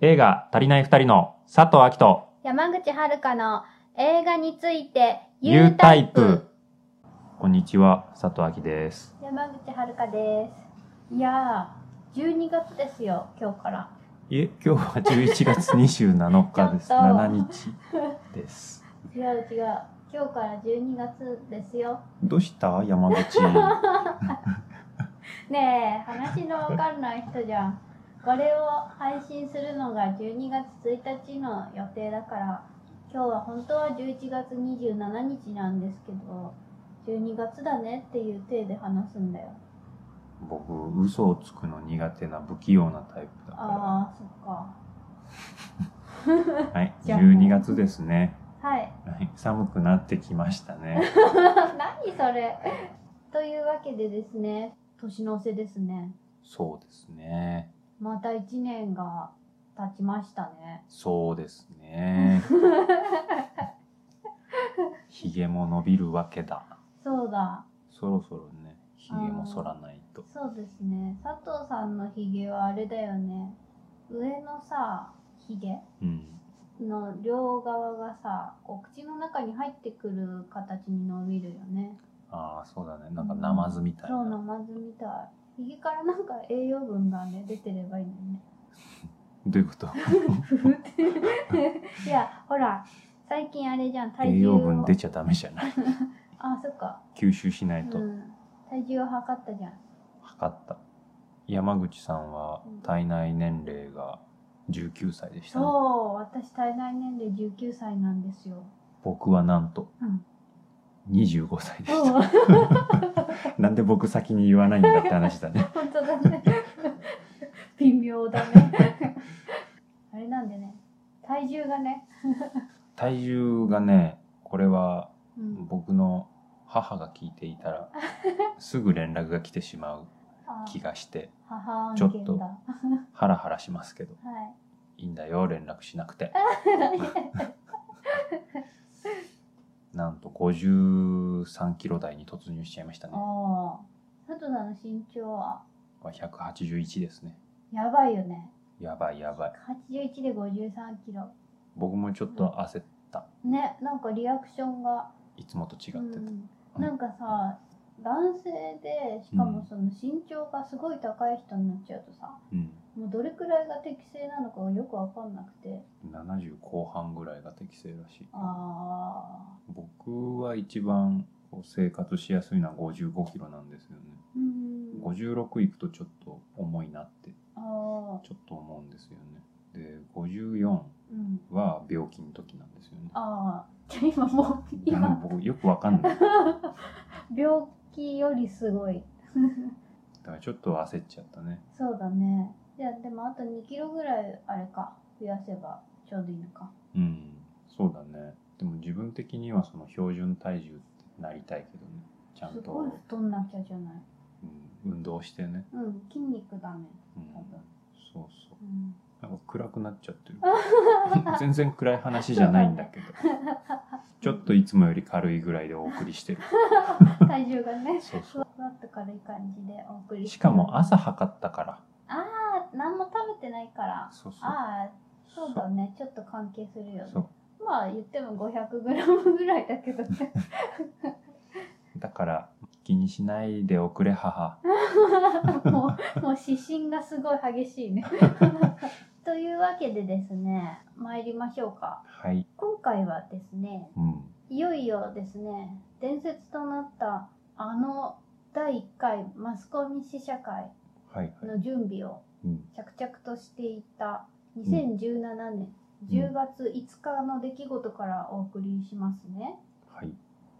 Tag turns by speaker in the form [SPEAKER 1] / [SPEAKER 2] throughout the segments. [SPEAKER 1] 映画足りない二人の佐藤明と
[SPEAKER 2] 山口遥の映画について
[SPEAKER 1] U タイプ。こんにちは、佐藤明です。
[SPEAKER 2] 山口遥ですいやー12月ですよ今日から
[SPEAKER 1] いえ、今日は11月27日です。
[SPEAKER 2] ちょっと
[SPEAKER 1] 7日です。
[SPEAKER 2] 違う違う今日から12月ですよ
[SPEAKER 1] どうした山 口。
[SPEAKER 2] ねえ話のわかんない人じゃんこれを配信するのが12月1日の予定だから今日は本当は11月27日なんですけど12月だねっていう体で話すんだよ
[SPEAKER 1] 僕、嘘をつくの苦手な不器用なタイプだか。
[SPEAKER 2] ああそっから
[SPEAKER 1] はい、
[SPEAKER 2] じゃあ
[SPEAKER 1] 12月ですね。
[SPEAKER 2] はい
[SPEAKER 1] はい寒くなってきましたね。
[SPEAKER 2] 何それというわけでですね年の瀬ですね
[SPEAKER 1] そうですね。
[SPEAKER 2] また1年が経ちましたね
[SPEAKER 1] そうです ね。ひげも伸びるわけだ。
[SPEAKER 2] そうだ
[SPEAKER 1] そろそろね、ひげも剃らないと。
[SPEAKER 2] そうですね佐藤さんのひげはあれだよね上のさひげ
[SPEAKER 1] うん。
[SPEAKER 2] の両側がさこう口の中に入ってくる形に伸びるよね
[SPEAKER 1] ああ、そうだね。なんかナマズみたい
[SPEAKER 2] そうな
[SPEAKER 1] な。
[SPEAKER 2] まずみたいひげからなんか栄養分がね出てればいいのにね
[SPEAKER 1] どういうこと
[SPEAKER 2] いやほら最近あれじゃん体
[SPEAKER 1] 栄
[SPEAKER 2] 重
[SPEAKER 1] 養
[SPEAKER 2] を
[SPEAKER 1] 分出ちゃダメじゃない。
[SPEAKER 2] あそっか
[SPEAKER 1] 吸収しないと
[SPEAKER 2] う。ん、体重を測ったじゃん
[SPEAKER 1] 測った。山口さんは
[SPEAKER 2] うん
[SPEAKER 1] 体内年齢が19歳でしたね。
[SPEAKER 2] そう私体内年齢19歳なんです よ、
[SPEAKER 1] 僕はなんと
[SPEAKER 2] うん、
[SPEAKER 1] 25歳で
[SPEAKER 2] そう
[SPEAKER 1] した。なんで僕先に言わないんだって話だ ね。
[SPEAKER 2] 本当 だね微妙だねあれなんでね体重がね、
[SPEAKER 1] 体重がね、これは
[SPEAKER 2] うん、
[SPEAKER 1] 僕の母が聞いていた らすぐ連絡が来てしまう
[SPEAKER 2] あ
[SPEAKER 1] 気がして
[SPEAKER 2] 母案
[SPEAKER 1] ちょ
[SPEAKER 2] 件
[SPEAKER 1] っと
[SPEAKER 2] だは
[SPEAKER 1] ハラハラしますけど
[SPEAKER 2] い
[SPEAKER 1] いいんだよ連絡しなくてなんと53キロ台に突入しちゃいましたね
[SPEAKER 2] ああ佐藤さんの身長は
[SPEAKER 1] まあ181ですね
[SPEAKER 2] やばいよね
[SPEAKER 1] やばいやばい
[SPEAKER 2] 81で53キロ
[SPEAKER 1] 僕もちょっと焦った
[SPEAKER 2] ねなんかリアクションが
[SPEAKER 1] いつもと違ってた、
[SPEAKER 2] うん
[SPEAKER 1] うん
[SPEAKER 2] なんかさ男性でしかもその身長がすごい高い人になっちゃうとさ、
[SPEAKER 1] うん
[SPEAKER 2] もうどれくらいが適正なのかがよくわかんなくて
[SPEAKER 1] 70後半ぐらいが適正らしい
[SPEAKER 2] ああ
[SPEAKER 1] 僕は一番こう生活しやすいのは55キロなんですよね
[SPEAKER 2] うん
[SPEAKER 1] 56いくとちょっと重いなって
[SPEAKER 2] ああ
[SPEAKER 1] ちょっと思うんですよね。で、54
[SPEAKER 2] うん
[SPEAKER 1] は病気の時なんですよね。
[SPEAKER 2] ああじゃあ今もう今
[SPEAKER 1] 僕よくわかんない。だ
[SPEAKER 2] 病気よりすごい
[SPEAKER 1] からちょっと焦っちゃったね。
[SPEAKER 2] そうだねじゃあでもあと2キロぐらいあれか増やせばちょうどいいのか
[SPEAKER 1] うん、そうだね。でも自分的にはその標準体重ってなりたいけどね。ちゃ
[SPEAKER 2] す
[SPEAKER 1] んと、
[SPEAKER 2] ごい太んなきゃじゃない
[SPEAKER 1] うん、運動してね。
[SPEAKER 2] うん筋肉だね
[SPEAKER 1] うん
[SPEAKER 2] 多分、
[SPEAKER 1] そうそう
[SPEAKER 2] う。ん
[SPEAKER 1] なんか暗くなっちゃってる。全然暗い話じゃないんだけど。ちょっといつもより軽いぐらいでお送りしてる。
[SPEAKER 2] 体重がね
[SPEAKER 1] そう
[SPEAKER 2] ふ
[SPEAKER 1] そ
[SPEAKER 2] わふわっと軽い感じでお送り
[SPEAKER 1] う。
[SPEAKER 2] て
[SPEAKER 1] しかも朝測ったから。
[SPEAKER 2] ああ何も食べてないから
[SPEAKER 1] そうそう。
[SPEAKER 2] ああそうだねちょっと関係するよね
[SPEAKER 1] そう
[SPEAKER 2] まあ言っても 500g ぐらいだけど ね
[SPEAKER 1] だから気にしないでおくれ母
[SPEAKER 2] もうもう指針がすごい激しいね というわけでですね参りましょうか
[SPEAKER 1] はい、
[SPEAKER 2] 今回はですね
[SPEAKER 1] うん、
[SPEAKER 2] いよいよですね伝説となったあの第1回マスコミ試写会
[SPEAKER 1] はいはい、
[SPEAKER 2] の準備を
[SPEAKER 1] うん、
[SPEAKER 2] 着々としていた2017年10月5日の出来事からお送りしますね。
[SPEAKER 1] はい、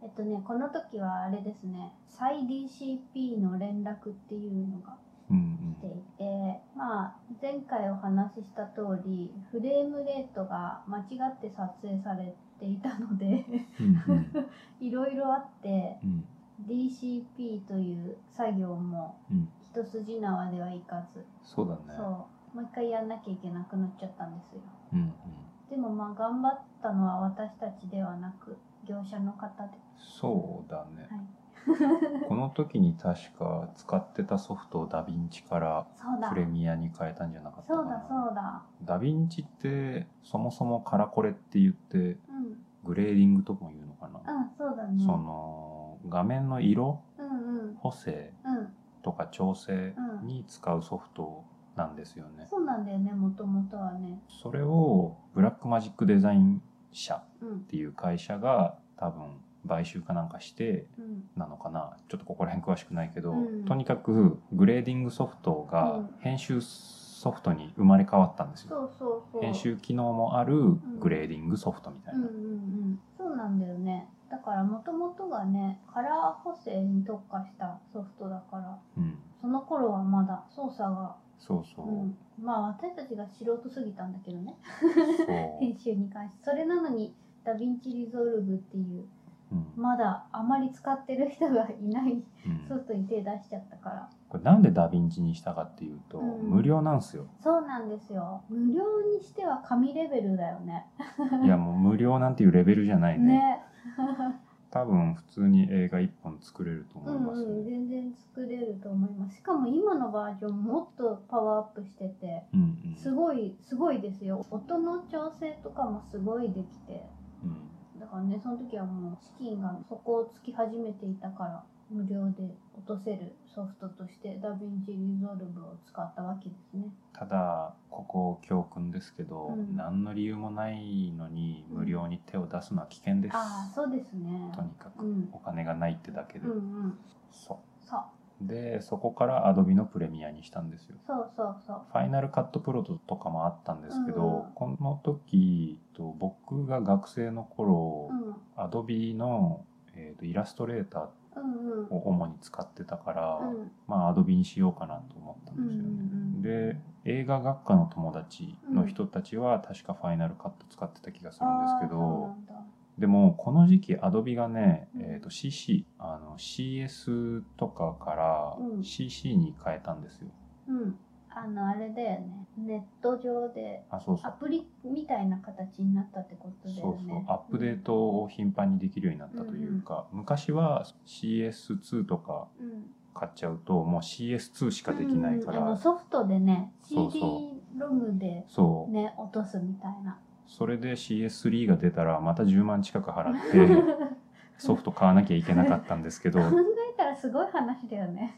[SPEAKER 2] えっとね、この時はあれですね、再 DCP の連絡っていうのが
[SPEAKER 1] うん
[SPEAKER 2] 来ていて、まあ、前回お話しした通り、フレームレートが間違って撮影されていたので、
[SPEAKER 1] うん、うんうん、
[SPEAKER 2] いろいろあって、
[SPEAKER 1] うん、
[SPEAKER 2] DCP という作業も
[SPEAKER 1] うん、
[SPEAKER 2] 一筋縄ではいかず、
[SPEAKER 1] そうだ
[SPEAKER 2] そう
[SPEAKER 1] ね、、
[SPEAKER 2] もう一回やんなきゃいけなくなっちゃったんですよ。
[SPEAKER 1] うん、うん、
[SPEAKER 2] でもまあ頑張ったのは私たちではなく業者の方で、
[SPEAKER 1] そうだね。
[SPEAKER 2] はい、
[SPEAKER 1] この時に確か使ってたソフトをダヴィンチから
[SPEAKER 2] そうだ
[SPEAKER 1] プレミアに変えたんじゃなかったか
[SPEAKER 2] そう
[SPEAKER 1] な
[SPEAKER 2] だそうだ
[SPEAKER 1] だダヴィンチってそもそもカラコレって言って
[SPEAKER 2] うん
[SPEAKER 1] グレーディングとも言うのかな、
[SPEAKER 2] うんそうだね
[SPEAKER 1] その画面の色
[SPEAKER 2] うんうん
[SPEAKER 1] 補正
[SPEAKER 2] うん
[SPEAKER 1] とか調整
[SPEAKER 2] うん
[SPEAKER 1] に使うソフトなんですよね、
[SPEAKER 2] そうなんだよねもともとはね
[SPEAKER 1] それをブラックマジックデザイン社っ
[SPEAKER 2] うん
[SPEAKER 1] ていう会社が多分買収かなんかして
[SPEAKER 2] うん
[SPEAKER 1] なのかなちょっとここら辺詳しくないけど、
[SPEAKER 2] うん
[SPEAKER 1] とにかくグレーディングソフト
[SPEAKER 2] う
[SPEAKER 1] が
[SPEAKER 2] ん
[SPEAKER 1] 編集ソフトに生まれ変わったんですよ、
[SPEAKER 2] そうそうそう
[SPEAKER 1] 編集機能もあるグレーディングソフトみたい
[SPEAKER 2] うん
[SPEAKER 1] な、
[SPEAKER 2] うんうんそうなんだよねだからもともとがねカラー補正に特化したソフトだから
[SPEAKER 1] うん
[SPEAKER 2] その頃はまだ操作が、
[SPEAKER 1] そうそうう、
[SPEAKER 2] ん、まあ私たちが素人すぎたんだけどね
[SPEAKER 1] そう
[SPEAKER 2] 編集に関してそれなのにダヴィンチリゾルブっていう
[SPEAKER 1] うん
[SPEAKER 2] まだあまり使ってる人がいない
[SPEAKER 1] うん
[SPEAKER 2] ソフトに手出しちゃったから
[SPEAKER 1] これなんでダヴィンチにしたかっていうと、
[SPEAKER 2] うん
[SPEAKER 1] 無料なんですよ
[SPEAKER 2] そうなんですよ無料にしては神レベルだよね
[SPEAKER 1] い やもう無料なんていうレベルじゃないね
[SPEAKER 2] ね
[SPEAKER 1] 多分普通に映画1本作れると
[SPEAKER 2] う
[SPEAKER 1] 思い
[SPEAKER 2] ん
[SPEAKER 1] ますね、
[SPEAKER 2] うん全然作れると思いますしかも今のバージョンもっとパワーアップしてて
[SPEAKER 1] うんうん
[SPEAKER 2] すごいすごいですよ音の調整とかもすごいできて
[SPEAKER 1] うん
[SPEAKER 2] だからねその時はもう資金がそこをつき始めていたから無料で落とせるソフトとしてダヴィンチリゾルブを使ったわけですね
[SPEAKER 1] ただここ教訓ですけど、
[SPEAKER 2] うん
[SPEAKER 1] 何の理由もないのに無料に手を出すのは危険です、
[SPEAKER 2] ああそうですね
[SPEAKER 1] とにか
[SPEAKER 2] う
[SPEAKER 1] く
[SPEAKER 2] ん
[SPEAKER 1] お金がないってだけで、
[SPEAKER 2] うんうん
[SPEAKER 1] そ
[SPEAKER 2] そう
[SPEAKER 1] うでそこからアドビのプレミアにしたんですよ
[SPEAKER 2] そうそうそう
[SPEAKER 1] ファイナルカットプロとかもあったんですけど、
[SPEAKER 2] うん
[SPEAKER 1] この時と僕が学生の頃、
[SPEAKER 2] うん
[SPEAKER 1] アドビの、えーとイラストレータ
[SPEAKER 2] うんうん
[SPEAKER 1] ーを主に使ってたから、
[SPEAKER 2] うん
[SPEAKER 1] まあアドビにしようかなと思った
[SPEAKER 2] うんん
[SPEAKER 1] ですよね、
[SPEAKER 2] うん
[SPEAKER 1] で映画学科の友達の人たちは確かファイナルカット使ってた気がするんですけ
[SPEAKER 2] あーそう
[SPEAKER 1] ど
[SPEAKER 2] な、んだ
[SPEAKER 1] でもこの時期アドビがね、
[SPEAKER 2] うん
[SPEAKER 1] えー、と CC あの CS とかから
[SPEAKER 2] うん
[SPEAKER 1] CC に変えたんですよ。
[SPEAKER 2] うんあのあれだよねネット上で
[SPEAKER 1] あそうそ
[SPEAKER 2] ア
[SPEAKER 1] う
[SPEAKER 2] プリみたいな形になったってことだ
[SPEAKER 1] そう
[SPEAKER 2] よ
[SPEAKER 1] そう
[SPEAKER 2] ね
[SPEAKER 1] アップデートを頻繁にできるようになったというか、昔は CS2 とか
[SPEAKER 2] うんうん
[SPEAKER 1] 買っちゃうともう CS2 しかできないから、
[SPEAKER 2] うんあのソフトでね
[SPEAKER 1] そうそう
[SPEAKER 2] CD ロムで
[SPEAKER 1] そう
[SPEAKER 2] ね落とすみたいな
[SPEAKER 1] それで CS3 が出たらまた10万近く払ってソフト買わなきゃいけなかったんですけど
[SPEAKER 2] 考えたらすごい話だよね。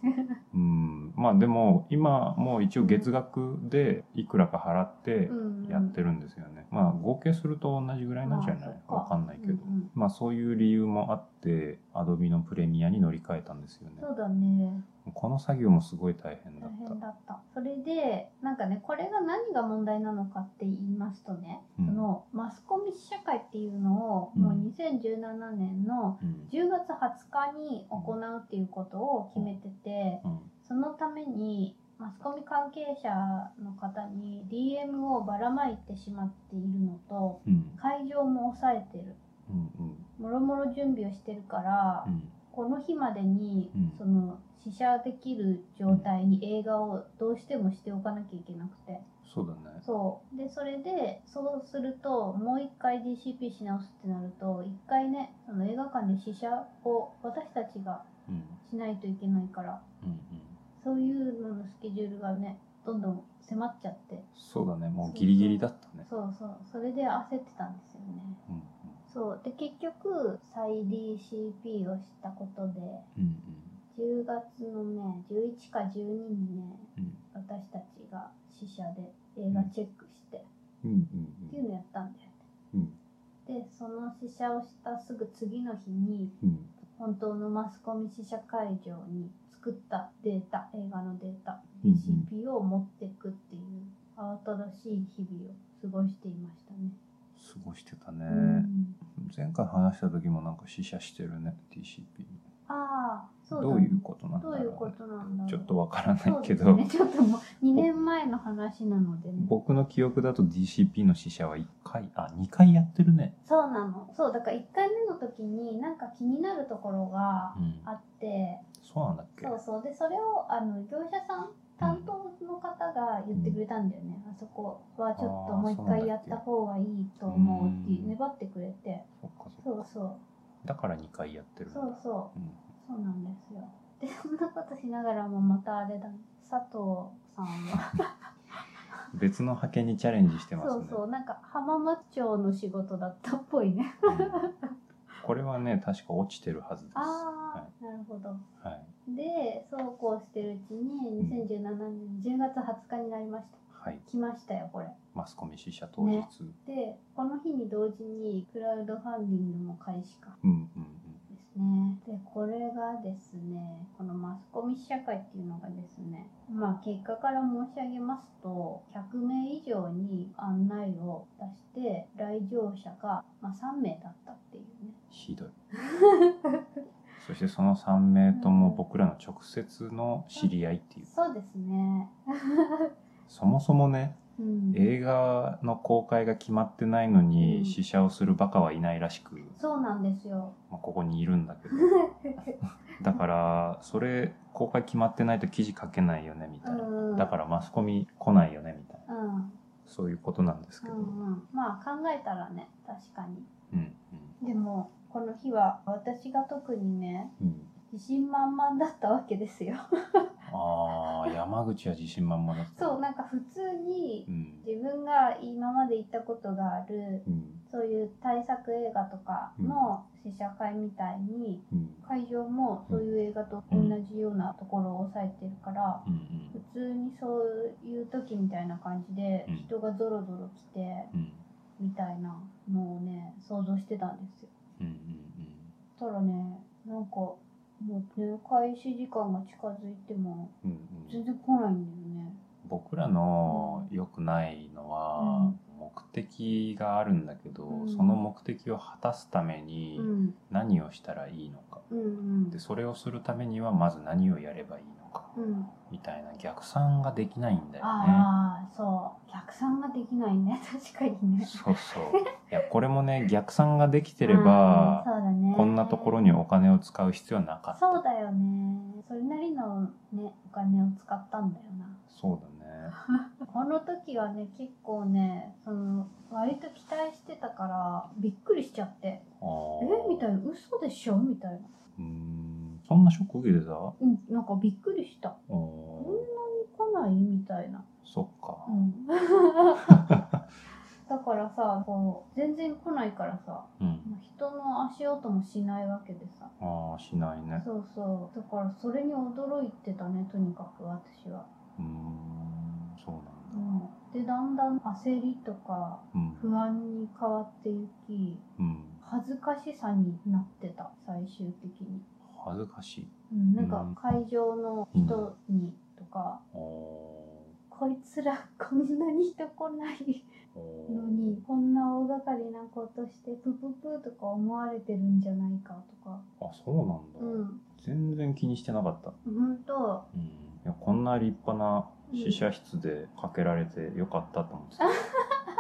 [SPEAKER 1] うんまあでも今もう一応月額でいくらか払ってやってるんですよね、まあ合計すると同じぐらいなんじゃない
[SPEAKER 2] まあそっか
[SPEAKER 1] わかんないけど、
[SPEAKER 2] うんうん
[SPEAKER 1] まあそういう理由もあってアドビのプレミアに乗り換えたんですよね
[SPEAKER 2] そうだね。
[SPEAKER 1] この作業もすごい大変だ
[SPEAKER 2] 大
[SPEAKER 1] った
[SPEAKER 2] 変だった。それでなんかねこれが何が問題なのかって言いますとね、
[SPEAKER 1] うん
[SPEAKER 2] そのマスコミ社会っていうのを、
[SPEAKER 1] うん
[SPEAKER 2] もう2017年の
[SPEAKER 1] うん
[SPEAKER 2] 10月20日に行うっていうことを決めてて、
[SPEAKER 1] うん
[SPEAKER 2] そのためにマスコミ関係者の方に DM をばらまいてしまっているのと
[SPEAKER 1] うん
[SPEAKER 2] 会場も抑えてる
[SPEAKER 1] うんうん
[SPEAKER 2] もろもろ準備をしてるから、
[SPEAKER 1] うん
[SPEAKER 2] この日までに、
[SPEAKER 1] うん
[SPEAKER 2] その試写できる状態に映画をどうしてもしておかなきゃいけなくて
[SPEAKER 1] そうだね
[SPEAKER 2] そうでそれでそうするともう一回 DCP し直すってなると一回ねその映画館で試写を私たちが
[SPEAKER 1] うん
[SPEAKER 2] しないといけないから
[SPEAKER 1] うんうん
[SPEAKER 2] そういうののスケジュールがねどんどん迫っちゃって
[SPEAKER 1] そうだねもうギリギリだったね
[SPEAKER 2] そうそうそれで焦ってたんですよね
[SPEAKER 1] うん
[SPEAKER 2] そうで結局再 DCP をしたことで
[SPEAKER 1] うんうん
[SPEAKER 2] 10月のね11か12にね
[SPEAKER 1] うんうん
[SPEAKER 2] 私たちが試写で映画チェックして、
[SPEAKER 1] うん
[SPEAKER 2] っていうのやったんだよね
[SPEAKER 1] うん
[SPEAKER 2] でその試写をしたすぐ次の日に
[SPEAKER 1] うん
[SPEAKER 2] 本当のマスコミ試写会場に作ったデータ映画のデータ
[SPEAKER 1] うんうん
[SPEAKER 2] CP を持っていくっていう慌ただしい日々を過ごしていましたね。
[SPEAKER 1] 過ごしてたね、
[SPEAKER 2] うん
[SPEAKER 1] 前回話した時もなんか試写してるね DCP
[SPEAKER 2] ああそうだ、
[SPEAKER 1] どういうことなんだ
[SPEAKER 2] ど
[SPEAKER 1] ろ
[SPEAKER 2] う
[SPEAKER 1] う,、
[SPEAKER 2] いうことなんだろう
[SPEAKER 1] ちょっとわからないけど、
[SPEAKER 2] そう ですね、ちょっともう2年前の話なのでね
[SPEAKER 1] 僕の記憶だと DCP の試写は1回あ2回やってるね、
[SPEAKER 2] そうなのそうだから1回目の時になんか気になるところが
[SPEAKER 1] うん、
[SPEAKER 2] あって、
[SPEAKER 1] そうなんだっけ
[SPEAKER 2] そうそうでそれをあの業者さん担当の方が言ってくれたんだよね、あそこはちょっと
[SPEAKER 1] あー
[SPEAKER 2] もう一回やった方がいいと思うって
[SPEAKER 1] うん
[SPEAKER 2] 粘ってくれて
[SPEAKER 1] そっかそ
[SPEAKER 2] そ
[SPEAKER 1] っか
[SPEAKER 2] うそう
[SPEAKER 1] だから2回やってるんだ
[SPEAKER 2] そうそう
[SPEAKER 1] うん
[SPEAKER 2] そうなんですよ。 で、そんなことしながらもまたあれだ、佐藤さんは
[SPEAKER 1] 別の派遣にチャレンジしてます
[SPEAKER 2] そ
[SPEAKER 1] ね
[SPEAKER 2] うそうなんか浜松町の仕事だったっぽいね
[SPEAKER 1] うんこれはね確か落ちてるはずです
[SPEAKER 2] ああ、なるほど
[SPEAKER 1] はい
[SPEAKER 2] でそうこうしてるうちに2017年10月20日になりました
[SPEAKER 1] はい
[SPEAKER 2] 来ましたよこれ
[SPEAKER 1] マスコミ支社当日、
[SPEAKER 2] ねでこの日に同時にクラウドファンディングも開始か
[SPEAKER 1] うんうんうん
[SPEAKER 2] ですねでこれがですねこのマスコミ試写会っていうのがですねまあ結果から申し上げますと100名以上に案内を出して来場者が、まあ、3名だったっていうね
[SPEAKER 1] ひどいそしてその3名とも僕らの直接の知り合いっていう
[SPEAKER 2] そうですね
[SPEAKER 1] そもそもね
[SPEAKER 2] うん
[SPEAKER 1] 映画の公開が決まってないの
[SPEAKER 2] う
[SPEAKER 1] に
[SPEAKER 2] ん
[SPEAKER 1] 試写をするバカはいないらしく、
[SPEAKER 2] そうなんですよ
[SPEAKER 1] まあ、ここにいるんだ けどだからそれ公開決まってないと記事書けないよねみたいな、
[SPEAKER 2] うん
[SPEAKER 1] だからマスコミ来ないよねみたいな
[SPEAKER 2] うん
[SPEAKER 1] そういうことなんですけ
[SPEAKER 2] う
[SPEAKER 1] ど、
[SPEAKER 2] んうん、まあ考えたらね確かに
[SPEAKER 1] うん
[SPEAKER 2] でもこの日は私が特にね
[SPEAKER 1] うんうん
[SPEAKER 2] 自信満々だったわけですよ
[SPEAKER 1] あー山口は自信満々だった
[SPEAKER 2] そうなんか普通に
[SPEAKER 1] うん
[SPEAKER 2] 自分が今まで行ったことがある
[SPEAKER 1] うん
[SPEAKER 2] そういう大作映画とかの試写会みたいに
[SPEAKER 1] うん
[SPEAKER 2] 会場もそういう映画と同じようなところを抑えてるから
[SPEAKER 1] うんうん
[SPEAKER 2] 普通にそういう時みたいな感じで
[SPEAKER 1] うん
[SPEAKER 2] 人がゾロゾロ来て
[SPEAKER 1] うん
[SPEAKER 2] みたいなのをね想像してたんですよ
[SPEAKER 1] うん
[SPEAKER 2] たらねなんかもうね開始時間が近づいても
[SPEAKER 1] うんうんうんうん
[SPEAKER 2] 全然来ないんだよね
[SPEAKER 1] 僕らの良くないのは、目的があるんだけど、
[SPEAKER 2] うん
[SPEAKER 1] その目的を果たすために
[SPEAKER 2] うん
[SPEAKER 1] 何をしたらいいのか、
[SPEAKER 2] うん
[SPEAKER 1] でそれをするためにはまず何をやればいいのか
[SPEAKER 2] うんうん
[SPEAKER 1] みたいな逆算ができないんだよね。
[SPEAKER 2] ああそう逆算ができないね 確かにね
[SPEAKER 1] そうそう。いやこれもね逆算ができてれば
[SPEAKER 2] うん、そうだね
[SPEAKER 1] こんなところにお金を使う必要はなかった。
[SPEAKER 2] そうだよねそれなりのねお金を使ったんだよな
[SPEAKER 1] そうだね。
[SPEAKER 2] この時はね結構ねその割と期待してたからびっくりしちゃって
[SPEAKER 1] あ
[SPEAKER 2] え
[SPEAKER 1] ー
[SPEAKER 2] みたいな嘘でしょみたいな
[SPEAKER 1] うーん。そんなショック受けてた？あ
[SPEAKER 2] うんなんかびっくりした
[SPEAKER 1] ー
[SPEAKER 2] こんなに来ないみたいな
[SPEAKER 1] そっか
[SPEAKER 2] う。ん だからさこう全然来ないからさ
[SPEAKER 1] うん。
[SPEAKER 2] 人の足音もしないわけでさ
[SPEAKER 1] ああしないね。
[SPEAKER 2] そうそうだからそれに驚いてたねとにかく私は、
[SPEAKER 1] うーん。そうなんだ。
[SPEAKER 2] うん、でだんだん焦りとか
[SPEAKER 1] うん。
[SPEAKER 2] 不安に変わっていき
[SPEAKER 1] うん。
[SPEAKER 2] 恥ずかしさになってた最終的に、
[SPEAKER 1] 恥ずかしい。
[SPEAKER 2] うん、なん
[SPEAKER 1] うん
[SPEAKER 2] か会場の人にとか、
[SPEAKER 1] あーあ
[SPEAKER 2] こいつらこんなに人来ない
[SPEAKER 1] ー
[SPEAKER 2] のにこんな大掛かりなことしてプププとか思われてるんじゃないかとか
[SPEAKER 1] あそう
[SPEAKER 2] う
[SPEAKER 1] なんだ。
[SPEAKER 2] ん
[SPEAKER 1] 全然気にしてなかった。
[SPEAKER 2] 本当
[SPEAKER 1] うんいやこんな立派な試写室でかけられてよかったと思 ってた、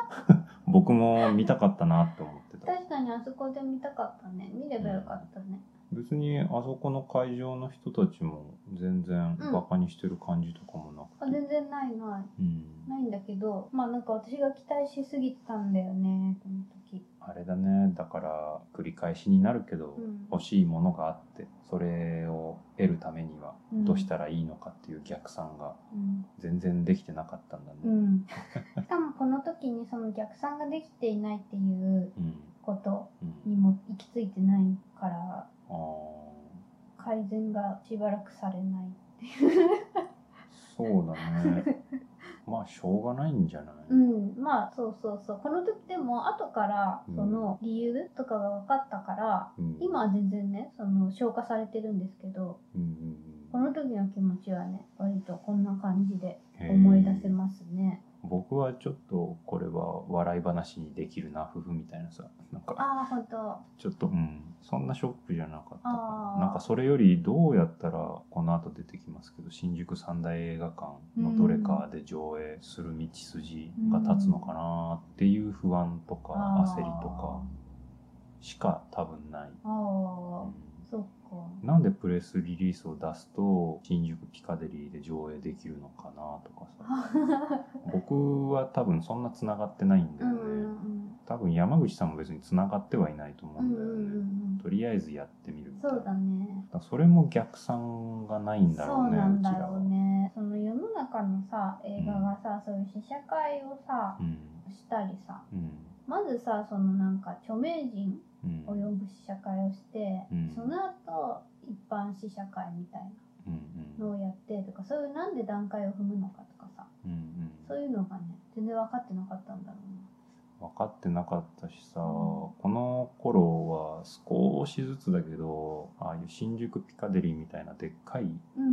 [SPEAKER 1] 僕も見たかったなって思ってた
[SPEAKER 2] 確かにあそこで見たかったね見ればよかったね
[SPEAKER 1] 別にあそこの会場の人たちも全然
[SPEAKER 2] うん
[SPEAKER 1] バカにしてる感じとかもな
[SPEAKER 2] あ
[SPEAKER 1] くて、
[SPEAKER 2] 全然ないない
[SPEAKER 1] うん
[SPEAKER 2] ないんだけどまあなんか私が期待しすぎてたんだよねこの時
[SPEAKER 1] あれだねだから繰り返しになるけど、
[SPEAKER 2] うん
[SPEAKER 1] 欲しいものがあってそれを得るためには
[SPEAKER 2] うん
[SPEAKER 1] どうしたらいいのかっていう逆算が
[SPEAKER 2] うん、
[SPEAKER 1] 全然できてなかったんだ
[SPEAKER 2] う
[SPEAKER 1] ね。
[SPEAKER 2] ん、しかもこの時にその逆算ができていないっていう
[SPEAKER 1] うん
[SPEAKER 2] こと
[SPEAKER 1] うん
[SPEAKER 2] にも行き着いてないから
[SPEAKER 1] あー
[SPEAKER 2] 改善がしばらくされない
[SPEAKER 1] そうだね。 まあしょうがないんじゃない。
[SPEAKER 2] うん、まあそうそうそうこの時でも後から
[SPEAKER 1] うん
[SPEAKER 2] その理由とかが分かったから、
[SPEAKER 1] うん
[SPEAKER 2] 今は全然ねその消化されてるんですけど
[SPEAKER 1] うん
[SPEAKER 2] この時の気持ちはね割とこんな感じで
[SPEAKER 1] うんうん
[SPEAKER 2] 思い出せますね。
[SPEAKER 1] 僕はちょっとこれは笑い話にできるな夫婦みたいなさなんか
[SPEAKER 2] ああ本当
[SPEAKER 1] ちょっと、うん、そんなショックじゃなかったか
[SPEAKER 2] あ
[SPEAKER 1] な
[SPEAKER 2] ー
[SPEAKER 1] なんかそれよりどうやったらこの後出てきますけど新宿三大映画館のどれかで上映する道筋が立つのかなっていう不安とか
[SPEAKER 2] あー
[SPEAKER 1] 焦りとかしか多分ない。
[SPEAKER 2] ああ
[SPEAKER 1] うん
[SPEAKER 2] そっか。
[SPEAKER 1] なんでプレスリリースを出すと新宿ピカデリーで上映できるのかなとかさ 僕は多分そんなつながってないんだよ
[SPEAKER 2] うん
[SPEAKER 1] ね、
[SPEAKER 2] うん
[SPEAKER 1] 多分山口さんも別につながってはいないと思
[SPEAKER 2] う
[SPEAKER 1] うん
[SPEAKER 2] うんん
[SPEAKER 1] だよ
[SPEAKER 2] う
[SPEAKER 1] ね、
[SPEAKER 2] んうん
[SPEAKER 1] とりあえずやってみるみたい
[SPEAKER 2] そうだね。
[SPEAKER 1] だからそれも逆算がないんだろ
[SPEAKER 2] そう
[SPEAKER 1] うね
[SPEAKER 2] なん
[SPEAKER 1] ち
[SPEAKER 2] だ
[SPEAKER 1] ら
[SPEAKER 2] ろ
[SPEAKER 1] は
[SPEAKER 2] うね。その世の中のさ、映画がさ、そういう試写会をさ
[SPEAKER 1] う、ん
[SPEAKER 2] したりさ、
[SPEAKER 1] うん
[SPEAKER 2] まずさ、そのなんか著名人
[SPEAKER 1] うん
[SPEAKER 2] を呼ぶ試写会をして、
[SPEAKER 1] うん
[SPEAKER 2] その後、一般試写会みたい
[SPEAKER 1] うん
[SPEAKER 2] なのをやってとか、そういうなんで段階を踏むのかとかさ、
[SPEAKER 1] うんうん
[SPEAKER 2] そういうのがね、全然分かってなかったんだろう
[SPEAKER 1] 分かってなかったしさこの頃は少しずつだけどああいう新宿ピカデリーみたいなでっかい
[SPEAKER 2] な。うんう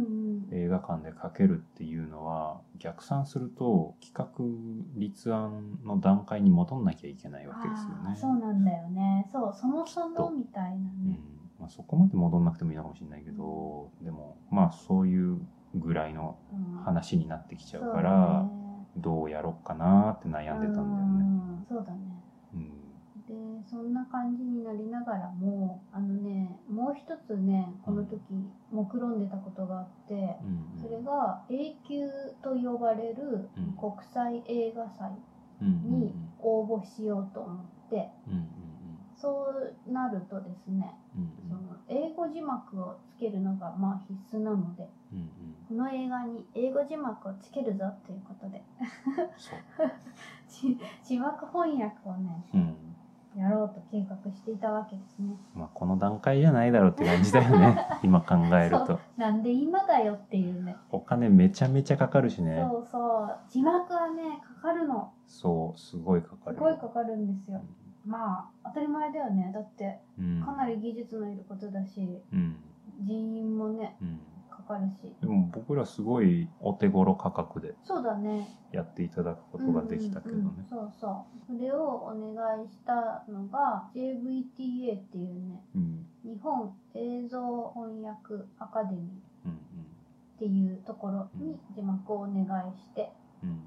[SPEAKER 2] ん。
[SPEAKER 1] 映画館でかけるっていうのは逆算すると企画立案の段階に戻んなきゃいけないわけですよ
[SPEAKER 2] あ
[SPEAKER 1] ね
[SPEAKER 2] ー。そうなんだよね。そう、そもそ
[SPEAKER 1] きっと
[SPEAKER 2] もみたいな
[SPEAKER 1] うん
[SPEAKER 2] ね。
[SPEAKER 1] まあ、そこまで戻んなくてもいいのかもしれないけどでもまあそういうぐらいの
[SPEAKER 2] うん
[SPEAKER 1] 話になってきちゃうか
[SPEAKER 2] そう
[SPEAKER 1] ら
[SPEAKER 2] だね
[SPEAKER 1] どうやろっかなって悩んでたんだよね。
[SPEAKER 2] うんそうだね。
[SPEAKER 1] うん
[SPEAKER 2] で、そんな感じになりながらも、あのね、もう一つね、この時、目論んでたことがあって、
[SPEAKER 1] うんうん
[SPEAKER 2] それが A 級と呼ばれる
[SPEAKER 1] うん
[SPEAKER 2] 国際映画祭
[SPEAKER 1] うんうんうん
[SPEAKER 2] に応募しようと思って、
[SPEAKER 1] うんうん
[SPEAKER 2] そうなるとですね、
[SPEAKER 1] うん
[SPEAKER 2] その英語字幕をつけるのがまあ必須なので、
[SPEAKER 1] うんうん
[SPEAKER 2] この映画に英語字幕をつけるぞということで、
[SPEAKER 1] そう
[SPEAKER 2] 字字幕翻訳をね、
[SPEAKER 1] うん
[SPEAKER 2] やろうと計画していたわけですね。
[SPEAKER 1] まあこの段階じゃないだろうって感じだよね今考える
[SPEAKER 2] そ
[SPEAKER 1] と。
[SPEAKER 2] なんで今だよっていうね。
[SPEAKER 1] お金めちゃめちゃかかるしね
[SPEAKER 2] そうそう。字幕はね、かかるの。
[SPEAKER 1] そうすごいかか
[SPEAKER 2] す
[SPEAKER 1] る
[SPEAKER 2] ごいかかるんですよ。まあ、当たり前だよね。だって、
[SPEAKER 1] うん
[SPEAKER 2] かなり技術のいることだし、
[SPEAKER 1] うん
[SPEAKER 2] 人員もね、
[SPEAKER 1] うん
[SPEAKER 2] かかるし。
[SPEAKER 1] でも僕らすごいお手頃価格で
[SPEAKER 2] そうだね。
[SPEAKER 1] やっていただくことができたけど
[SPEAKER 2] うんうんうん
[SPEAKER 1] ね
[SPEAKER 2] そうそう。それをお願いしたのが、JVTA っていうね、
[SPEAKER 1] うん
[SPEAKER 2] 日本映像翻訳アカデミーっ
[SPEAKER 1] うん
[SPEAKER 2] ていうところに字幕をお願いして、
[SPEAKER 1] うんうんうん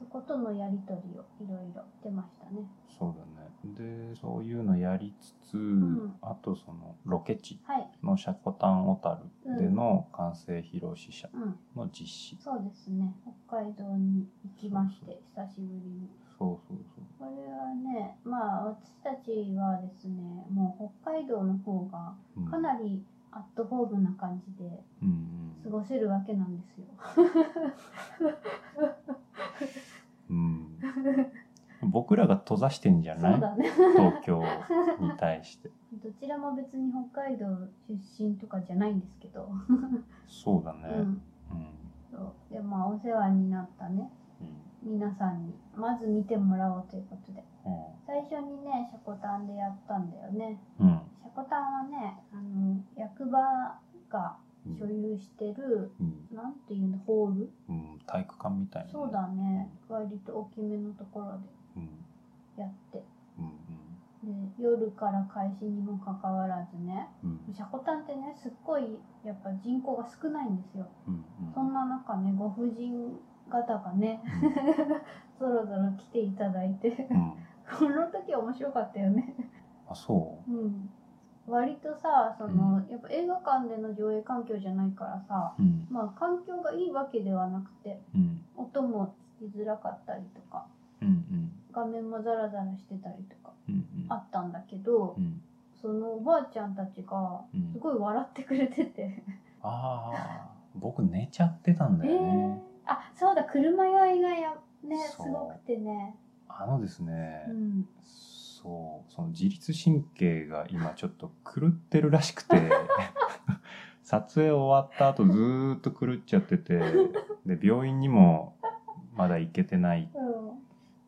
[SPEAKER 2] そことのやりとりをいろいろ出ましたね。
[SPEAKER 1] そうだねでそういうのやりつつ、
[SPEAKER 2] ん
[SPEAKER 1] あとそのロケ地
[SPEAKER 2] はい。
[SPEAKER 1] のシャコタン小樽での完成披露試写
[SPEAKER 2] うん。
[SPEAKER 1] の実施、
[SPEAKER 2] そうですね。北海道に行きまして、久しぶりに。
[SPEAKER 1] そうそうそう
[SPEAKER 2] これはね、まあ私たちはですね、もう北海道の方が
[SPEAKER 1] うん
[SPEAKER 2] かなりアットホームな感じで
[SPEAKER 1] うん
[SPEAKER 2] 過ごせるわけなんですよ。
[SPEAKER 1] うん、うん、僕らが閉ざしてんじゃ
[SPEAKER 2] そう
[SPEAKER 1] ない
[SPEAKER 2] だね。
[SPEAKER 1] 東 京に対して
[SPEAKER 2] どちらも別に北海道出身とかじゃないんですけど。
[SPEAKER 1] そうだね
[SPEAKER 2] うん。
[SPEAKER 1] うん
[SPEAKER 2] そう。で、まあお世話になったね、
[SPEAKER 1] うん
[SPEAKER 2] 皆さんに、まず見てもらおうということで。
[SPEAKER 1] うん
[SPEAKER 2] 最初にね、シャコタンでやったんだよね。
[SPEAKER 1] うん
[SPEAKER 2] シャコタンはね、あの、役場が所有してる、
[SPEAKER 1] うん
[SPEAKER 2] なんていうの、ホール
[SPEAKER 1] うん、体育館みたいなね、
[SPEAKER 2] そうだね。割と大きめのところ
[SPEAKER 1] うん
[SPEAKER 2] でやって。
[SPEAKER 1] うん
[SPEAKER 2] で、夜から開始にもかかわらずね、
[SPEAKER 1] うんうん
[SPEAKER 2] シャコタンってね、すっごい、やっぱ人口が少ないんですよ。
[SPEAKER 1] うん
[SPEAKER 2] そんな中ね、ご婦人方がね、 ぞろぞろ来ていただいて、
[SPEAKER 1] うんうん
[SPEAKER 2] この時面白かったよね。
[SPEAKER 1] あそ
[SPEAKER 2] うん、割とさその、やっぱ映画館での上映環境じゃないからさ、
[SPEAKER 1] ううん
[SPEAKER 2] まあ、環境がいいわけではなくて
[SPEAKER 1] うん
[SPEAKER 2] 音も聞きづらかったりとか
[SPEAKER 1] うんうん
[SPEAKER 2] 画面もザラザラしてたりとか
[SPEAKER 1] うん
[SPEAKER 2] あったんだけど、
[SPEAKER 1] うん
[SPEAKER 2] そのおばあちゃんたちが
[SPEAKER 1] うん
[SPEAKER 2] すごい笑ってくれてて、
[SPEAKER 1] ああ僕寝ちゃってたんだ
[SPEAKER 2] え
[SPEAKER 1] よね、
[SPEAKER 2] ーあそうだ車酔いがやねす
[SPEAKER 1] そう
[SPEAKER 2] ごくてね、
[SPEAKER 1] あのですね、
[SPEAKER 2] うん、
[SPEAKER 1] そうその自律神経が今ちょっと狂ってるらしくて撮影終わった後ずーっと狂っちゃっててで病院にもまだ行けてない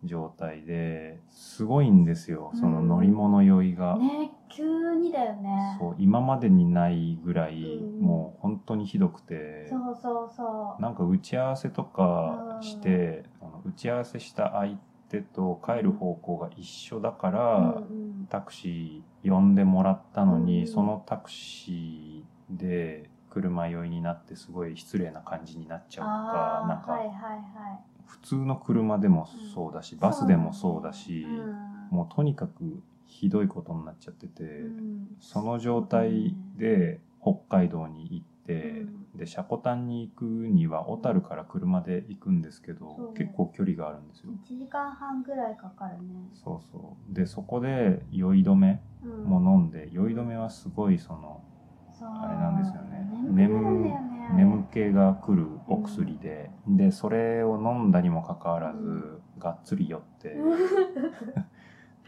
[SPEAKER 1] 状態ですごいんですよその乗り物酔いが、
[SPEAKER 2] うん、ね急にだよね
[SPEAKER 1] そう今までにないぐらい、
[SPEAKER 2] うん
[SPEAKER 1] もう本当にひどくて
[SPEAKER 2] そうそうそう
[SPEAKER 1] なんか打ち合わせとかしてあの打ち合わせした相手と帰る方向が一緒だから、
[SPEAKER 2] うん
[SPEAKER 1] タクシー呼んでもらったのに、
[SPEAKER 2] うん
[SPEAKER 1] そのタクシーで車酔いになってすごい失礼な感じになっちゃうと
[SPEAKER 2] あ
[SPEAKER 1] か
[SPEAKER 2] ー
[SPEAKER 1] なん
[SPEAKER 2] はい
[SPEAKER 1] か
[SPEAKER 2] はいはい
[SPEAKER 1] 普通の車でもそうだし、バスでもそうだし、
[SPEAKER 2] うん
[SPEAKER 1] もうとにかくひどいことになっちゃってて、
[SPEAKER 2] うん
[SPEAKER 1] その状態で北海道に行って、
[SPEAKER 2] う
[SPEAKER 1] で車庫端に行くには小樽から車で行くんですけ
[SPEAKER 2] そ
[SPEAKER 1] ど
[SPEAKER 2] う
[SPEAKER 1] 結構距離があるんですよ。
[SPEAKER 2] 1時間半ぐらいかかるね、
[SPEAKER 1] そうそうでそこで酔い止め
[SPEAKER 2] うん
[SPEAKER 1] も飲んで酔い止めはすごいその
[SPEAKER 2] そう
[SPEAKER 1] あれなんですよね
[SPEAKER 2] 眠くなるんだよねあれ
[SPEAKER 1] 眠気が来るお薬で、でそれを飲んだにもかかわらず、
[SPEAKER 2] うん
[SPEAKER 1] がっつり酔って、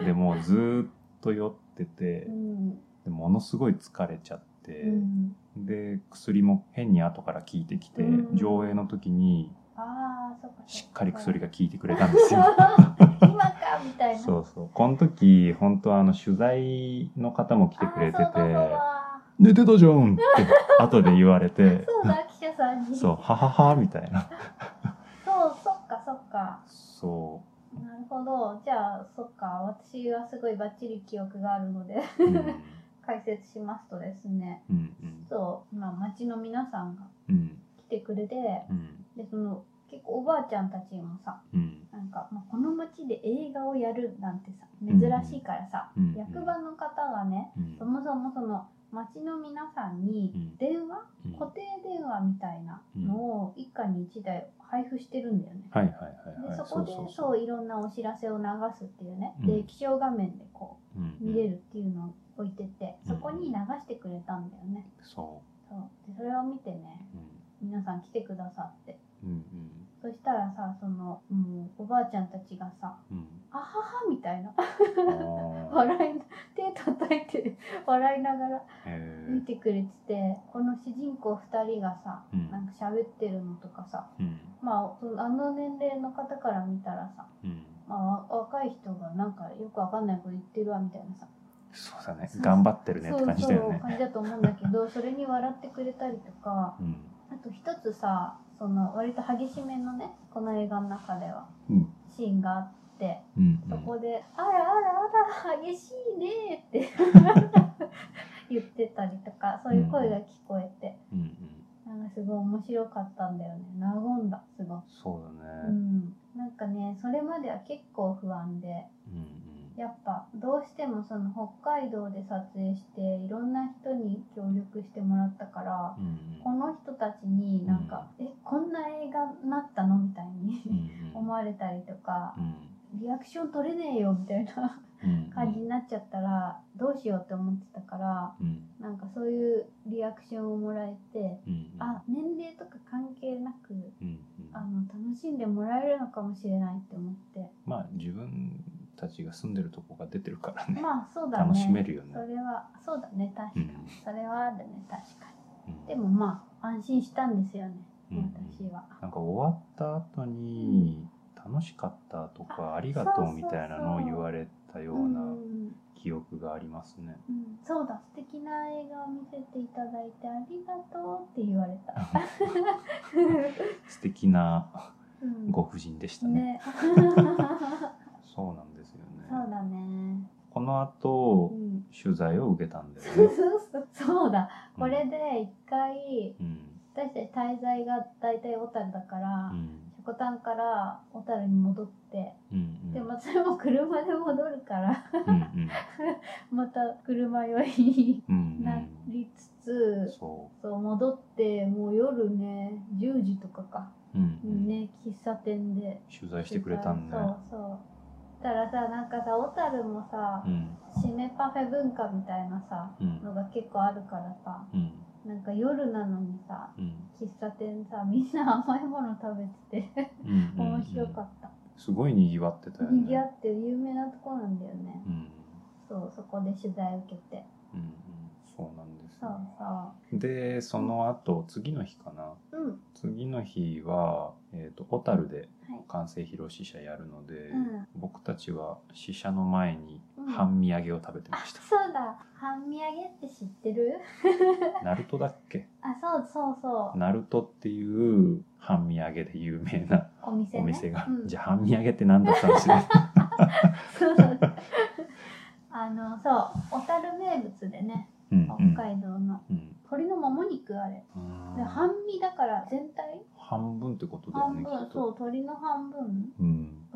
[SPEAKER 1] でもうずーっと酔ってて
[SPEAKER 2] う、ん
[SPEAKER 1] でものすごい疲れちゃって、
[SPEAKER 2] うん
[SPEAKER 1] で薬も変に後から効いてきて、
[SPEAKER 2] うん
[SPEAKER 1] 上映の時に
[SPEAKER 2] ああそっかそ
[SPEAKER 1] しっかり薬
[SPEAKER 2] が
[SPEAKER 1] が効いてくれたんですよ。
[SPEAKER 2] 今かみたいな
[SPEAKER 1] そうそうこの時本当はあの取材の方も来てくれてて
[SPEAKER 2] あーそうだそうだ
[SPEAKER 1] 「寝てたじゃん!」って後で言われて
[SPEAKER 2] そうだ記者さんに
[SPEAKER 1] そう「ははは」みたいな
[SPEAKER 2] そうそっかそっか
[SPEAKER 1] そ
[SPEAKER 2] なるほどじゃあそっか私はすごいバッチリ記憶があるので
[SPEAKER 1] ううん
[SPEAKER 2] 解説しますとですね
[SPEAKER 1] うんうん
[SPEAKER 2] そう今町の皆さんが
[SPEAKER 1] うん
[SPEAKER 2] 来てくれて
[SPEAKER 1] うん
[SPEAKER 2] でその結構おばあちゃんたちもさ
[SPEAKER 1] うん
[SPEAKER 2] なんか、まあ、この町で映画をやるなんてさ珍しいからさ、
[SPEAKER 1] うん
[SPEAKER 2] 役場の方がね
[SPEAKER 1] うん
[SPEAKER 2] そもそもその町の皆さんに
[SPEAKER 1] うん
[SPEAKER 2] 電話、
[SPEAKER 1] うん
[SPEAKER 2] 固定電話みたいなのを一家に一台配布してるんだよね。
[SPEAKER 1] はいはいはいはい
[SPEAKER 2] でそこでそ
[SPEAKER 1] う
[SPEAKER 2] ういろんなお知らせを流すっていうね、
[SPEAKER 1] う
[SPEAKER 2] で
[SPEAKER 1] ん
[SPEAKER 2] 気象画面でこ
[SPEAKER 1] う
[SPEAKER 2] う見れ
[SPEAKER 1] る
[SPEAKER 2] るっていうのを置いてて、
[SPEAKER 1] うん
[SPEAKER 2] そこに流してくれたんだよね。
[SPEAKER 1] そ
[SPEAKER 2] そうでそれを見てね
[SPEAKER 1] ううん
[SPEAKER 2] 皆さん来てくださって
[SPEAKER 1] うん
[SPEAKER 2] そしたらさその、うん、おばあちゃんたちがさ
[SPEAKER 1] うんうん
[SPEAKER 2] 「あはは」みたいな
[SPEAKER 1] あー
[SPEAKER 2] 笑い手叩いて笑いながら
[SPEAKER 1] へ
[SPEAKER 2] 見
[SPEAKER 1] ー
[SPEAKER 2] てくれててこの主人公2人がさ
[SPEAKER 1] うん
[SPEAKER 2] なんか喋ってるのとかさ
[SPEAKER 1] うん
[SPEAKER 2] まあそのあの年齢の方から見たらさ、
[SPEAKER 1] うん
[SPEAKER 2] まあ、わ若い人がなんかよくわかんないこと言ってるわみたいなさ、
[SPEAKER 1] そうだね
[SPEAKER 2] そう
[SPEAKER 1] 頑張ってるねっ
[SPEAKER 2] そう
[SPEAKER 1] て感じ
[SPEAKER 2] そ
[SPEAKER 1] だよね
[SPEAKER 2] う感じだと思うんだけ どそれに笑ってくれたりとか
[SPEAKER 1] うん
[SPEAKER 2] あと一つさその割と激しめのねこの映画の中では
[SPEAKER 1] うん
[SPEAKER 2] シーンがあって。
[SPEAKER 1] うんう
[SPEAKER 2] そ
[SPEAKER 1] ん
[SPEAKER 2] こで「あらあらあら激しいね」って 言ってたりとかそういう声が聞こえて、
[SPEAKER 1] うんうん
[SPEAKER 2] なんかすごい面白かったんだよね和んだすごく、
[SPEAKER 1] そう
[SPEAKER 2] う
[SPEAKER 1] だね
[SPEAKER 2] ん、なんかねそれまでは結構不安で
[SPEAKER 1] うん
[SPEAKER 2] やっぱどうしてもその北海道で撮影していろんな人に協力してもらったから
[SPEAKER 1] うんうん
[SPEAKER 2] この人たちになんか「えこんな映画になったの?」みたい
[SPEAKER 1] うんうん
[SPEAKER 2] に 思われたりとか
[SPEAKER 1] うん
[SPEAKER 2] リアクション取れねえよみたいな。
[SPEAKER 1] うん
[SPEAKER 2] 感じになっちゃったらどうしようって思ってたから
[SPEAKER 1] うん
[SPEAKER 2] なんかそういうリアクションをもらえて
[SPEAKER 1] うんうん
[SPEAKER 2] あ年齢とか関係な
[SPEAKER 1] う
[SPEAKER 2] く
[SPEAKER 1] んうん
[SPEAKER 2] あの楽しんでもらえるのかもしれないって思って
[SPEAKER 1] まあ自分たちが住んでるとこが出てるからね
[SPEAKER 2] まあそうだね
[SPEAKER 1] 楽しめるよね
[SPEAKER 2] それはそうだね確かに、
[SPEAKER 1] うん
[SPEAKER 2] それはあるね確か
[SPEAKER 1] うん
[SPEAKER 2] にでもまあ安心したんですよね、
[SPEAKER 1] うん
[SPEAKER 2] 私は。
[SPEAKER 1] なんか終わった後に楽しかったとかありがとうみたいなのを言われたよう
[SPEAKER 2] う
[SPEAKER 1] なん記憶がありますね
[SPEAKER 2] うん、そうだ素敵な映画を見せていただいてありがとうって言われた、
[SPEAKER 1] 素敵な
[SPEAKER 2] うん、
[SPEAKER 1] ご婦人でしたね
[SPEAKER 2] ね
[SPEAKER 1] そうなんですよ
[SPEAKER 2] そう
[SPEAKER 1] ね
[SPEAKER 2] だね
[SPEAKER 1] この
[SPEAKER 2] う
[SPEAKER 1] 後
[SPEAKER 2] ん
[SPEAKER 1] 取材を受けたんだよ
[SPEAKER 2] そう
[SPEAKER 1] ね
[SPEAKER 2] そうそうだ これで一回
[SPEAKER 1] うん
[SPEAKER 2] 私たち滞在が大体小樽だから
[SPEAKER 1] うん
[SPEAKER 2] ショコタンから小樽に戻って
[SPEAKER 1] うんうん
[SPEAKER 2] でまたも車で戻るから
[SPEAKER 1] うんうん
[SPEAKER 2] また車酔いに
[SPEAKER 1] うん
[SPEAKER 2] なりつつ
[SPEAKER 1] そ
[SPEAKER 2] そう戻ってもう夜ね10時とかか
[SPEAKER 1] う、うんうん
[SPEAKER 2] にね喫茶店で
[SPEAKER 1] 取材してくれたんだ
[SPEAKER 2] そう
[SPEAKER 1] よ、
[SPEAKER 2] そうだからさなんかさ小樽もさ
[SPEAKER 1] うん
[SPEAKER 2] 締めパフェ文化みたいなさ
[SPEAKER 1] うん
[SPEAKER 2] のが結構あるからさ
[SPEAKER 1] うん
[SPEAKER 2] なんか夜なのにさ
[SPEAKER 1] うん
[SPEAKER 2] 喫茶店さみんな甘いもの食べてて
[SPEAKER 1] うんうん
[SPEAKER 2] 面白かった、
[SPEAKER 1] すごいにぎわってたよね
[SPEAKER 2] にぎわってる有名なとこなんだよね、
[SPEAKER 1] うん
[SPEAKER 2] そうそこで取材受けて
[SPEAKER 1] うんうんそうなんです
[SPEAKER 2] そう
[SPEAKER 1] よ
[SPEAKER 2] そ
[SPEAKER 1] でその後次の日かな
[SPEAKER 2] ううん
[SPEAKER 1] 次の日は、えー、と小樽で
[SPEAKER 2] はい
[SPEAKER 1] 完成披露試写やるので、
[SPEAKER 2] うん
[SPEAKER 1] 僕たちは試写の前に
[SPEAKER 2] うん
[SPEAKER 1] 半身揚げを食べて
[SPEAKER 2] あ
[SPEAKER 1] ました、
[SPEAKER 2] そうだ半身揚げって知ってる
[SPEAKER 1] ナルトだっけ
[SPEAKER 2] あそうそうそう
[SPEAKER 1] ナルトっていう半身揚げで有名な
[SPEAKER 2] お店
[SPEAKER 1] お
[SPEAKER 2] ね
[SPEAKER 1] 店が、
[SPEAKER 2] うん、
[SPEAKER 1] じゃあ半身揚げって何だったんです か
[SPEAKER 2] そう そうあのそう小樽名物でね
[SPEAKER 1] うんうん
[SPEAKER 2] 北海道の
[SPEAKER 1] うん
[SPEAKER 2] 鶏のもも肉あれ
[SPEAKER 1] うん
[SPEAKER 2] で半身だから全体
[SPEAKER 1] 半分ってことだよ
[SPEAKER 2] 半
[SPEAKER 1] ね
[SPEAKER 2] 分
[SPEAKER 1] きっと
[SPEAKER 2] そう鶏の半分
[SPEAKER 1] う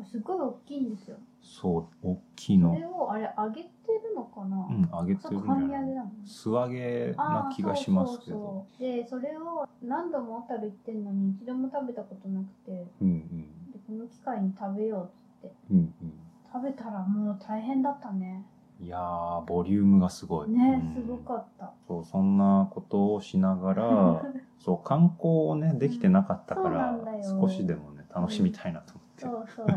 [SPEAKER 1] ん、
[SPEAKER 2] すごい大きいんですよ
[SPEAKER 1] そう大きい
[SPEAKER 2] そ
[SPEAKER 1] の
[SPEAKER 2] れをあれ揚げてるのかな、
[SPEAKER 1] うん揚げて
[SPEAKER 2] そ
[SPEAKER 1] る
[SPEAKER 2] うん
[SPEAKER 1] じ
[SPEAKER 2] か
[SPEAKER 1] ゃ
[SPEAKER 2] 半身
[SPEAKER 1] な
[SPEAKER 2] 揚げ
[SPEAKER 1] い
[SPEAKER 2] だもん
[SPEAKER 1] 素揚げ
[SPEAKER 2] あ
[SPEAKER 1] な
[SPEAKER 2] ー
[SPEAKER 1] 気がしますけ
[SPEAKER 2] そう
[SPEAKER 1] ど
[SPEAKER 2] そうそうでそれを何度も小樽行ってんのに一度も食べたことなくてで
[SPEAKER 1] うんうん
[SPEAKER 2] この機会に食べようっつって
[SPEAKER 1] うん
[SPEAKER 2] 食べたらもう大変だったね
[SPEAKER 1] うんいやーボリュームがすごい
[SPEAKER 2] ね
[SPEAKER 1] うん
[SPEAKER 2] すごかった
[SPEAKER 1] そうそんなことをしなが らそう観光をねできてなかったか
[SPEAKER 2] う
[SPEAKER 1] ら
[SPEAKER 2] んそうなんだよ
[SPEAKER 1] 少しでもね楽しみたいなと
[SPEAKER 2] そ
[SPEAKER 1] 思っ
[SPEAKER 2] う そう。
[SPEAKER 1] て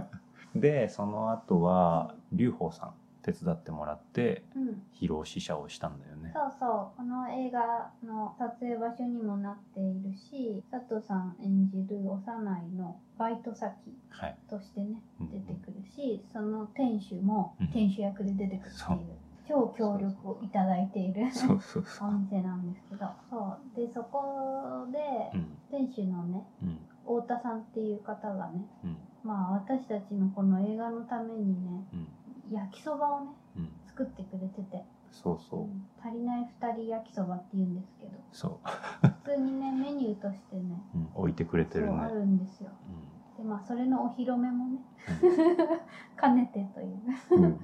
[SPEAKER 1] でその後は龍宝さん手伝ってもらって
[SPEAKER 2] うん。
[SPEAKER 1] 披露試写をしたんだよね
[SPEAKER 2] そうそう。この映画の撮影場所にもなっているし、佐藤さん演じる幼いのバイト先
[SPEAKER 1] はい、
[SPEAKER 2] としてね、
[SPEAKER 1] うん
[SPEAKER 2] 出てくるし、その店主も
[SPEAKER 1] うん
[SPEAKER 2] 店主役で出てくるって
[SPEAKER 1] そ
[SPEAKER 2] いうう、超協力をいただいている
[SPEAKER 1] そうそうそ
[SPEAKER 2] お
[SPEAKER 1] う
[SPEAKER 2] 店なんですけど、そう。で、そこで、
[SPEAKER 1] うん
[SPEAKER 2] 店主のね、
[SPEAKER 1] うん
[SPEAKER 2] 太田さんっていう方がね、
[SPEAKER 1] うん
[SPEAKER 2] まあ私たちのこの映画のためにね、
[SPEAKER 1] うん
[SPEAKER 2] 焼きそばをね、
[SPEAKER 1] うん
[SPEAKER 2] 作ってくれてて、
[SPEAKER 1] そうそう
[SPEAKER 2] 足りない2人焼きそばって言うんですけど
[SPEAKER 1] そう、
[SPEAKER 2] 普通にねメニューとしてね
[SPEAKER 1] うん、置いてくれて
[SPEAKER 2] そう
[SPEAKER 1] るね
[SPEAKER 2] あるんですよでまあそれのお披露目もね 兼ねてという
[SPEAKER 1] うんうんうん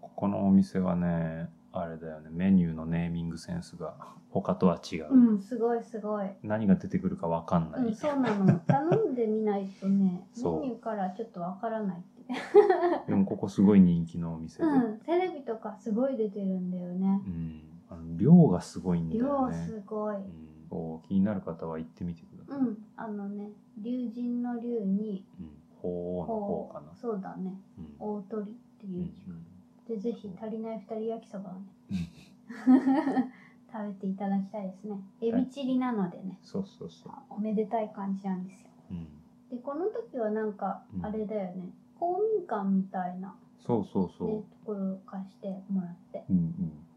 [SPEAKER 1] ここのお店はねあれだよねメニューのネーミングセンスが他とは違う、
[SPEAKER 2] うんすごいすごい、
[SPEAKER 1] 何が出てくるかわかんない、
[SPEAKER 2] うん、そうなの頼んでみないとねメ
[SPEAKER 1] そう
[SPEAKER 2] ニューからちょっとわからないっていう
[SPEAKER 1] でもここすごい人気のお店で、
[SPEAKER 2] うんテレビとかすごい出てるんだよね
[SPEAKER 1] うんあの量がすごいんだよ
[SPEAKER 2] 量
[SPEAKER 1] ね、
[SPEAKER 2] すごい、
[SPEAKER 1] うん、こう気になる方は行ってみてくださ
[SPEAKER 2] う
[SPEAKER 1] い、
[SPEAKER 2] んあのね龍神の龍に
[SPEAKER 1] うん、鳳凰の方かな
[SPEAKER 2] こうそうだね
[SPEAKER 1] うん
[SPEAKER 2] 大鳥っていうう、
[SPEAKER 1] ん
[SPEAKER 2] でぜひ足りない二人焼きそばをね 食べていただきたいですねエビチリなのでね、
[SPEAKER 1] そうそうそう、
[SPEAKER 2] おめでたい感じなんですよ
[SPEAKER 1] うん、
[SPEAKER 2] でこの時はなんか
[SPEAKER 1] うん
[SPEAKER 2] あれだよね、公民館みたいな、ね、
[SPEAKER 1] そうそう
[SPEAKER 2] と
[SPEAKER 1] そう、
[SPEAKER 2] ころを貸してもらって
[SPEAKER 1] うん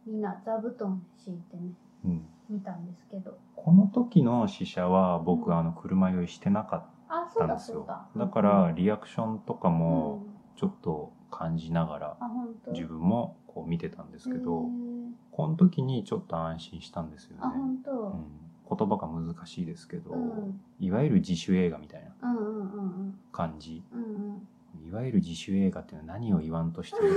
[SPEAKER 2] みんな座布団敷いてね
[SPEAKER 1] うんうん
[SPEAKER 2] 見たんですけど
[SPEAKER 1] この時の試写は僕、
[SPEAKER 2] うん
[SPEAKER 1] あの車酔いしてなかっ
[SPEAKER 2] あそ
[SPEAKER 1] た
[SPEAKER 2] うん
[SPEAKER 1] で
[SPEAKER 2] だ
[SPEAKER 1] す
[SPEAKER 2] そう
[SPEAKER 1] よ
[SPEAKER 2] だ
[SPEAKER 1] だか
[SPEAKER 2] う
[SPEAKER 1] ら
[SPEAKER 2] ん
[SPEAKER 1] リアクションとか
[SPEAKER 2] うん
[SPEAKER 1] もちょっと感じながら
[SPEAKER 2] あ本当
[SPEAKER 1] 自分もこう見てたんですけ
[SPEAKER 2] へ
[SPEAKER 1] ど
[SPEAKER 2] ー
[SPEAKER 1] この時にちょっと安心したんですよね
[SPEAKER 2] あ、本当、
[SPEAKER 1] うん、言葉が難しいですけど、
[SPEAKER 2] うん、うん
[SPEAKER 1] いわゆる自主映画みたいな
[SPEAKER 2] うんうんうん
[SPEAKER 1] 感じ
[SPEAKER 2] うんうん
[SPEAKER 1] いわゆる自主映画っていうのは何を言わんとしてる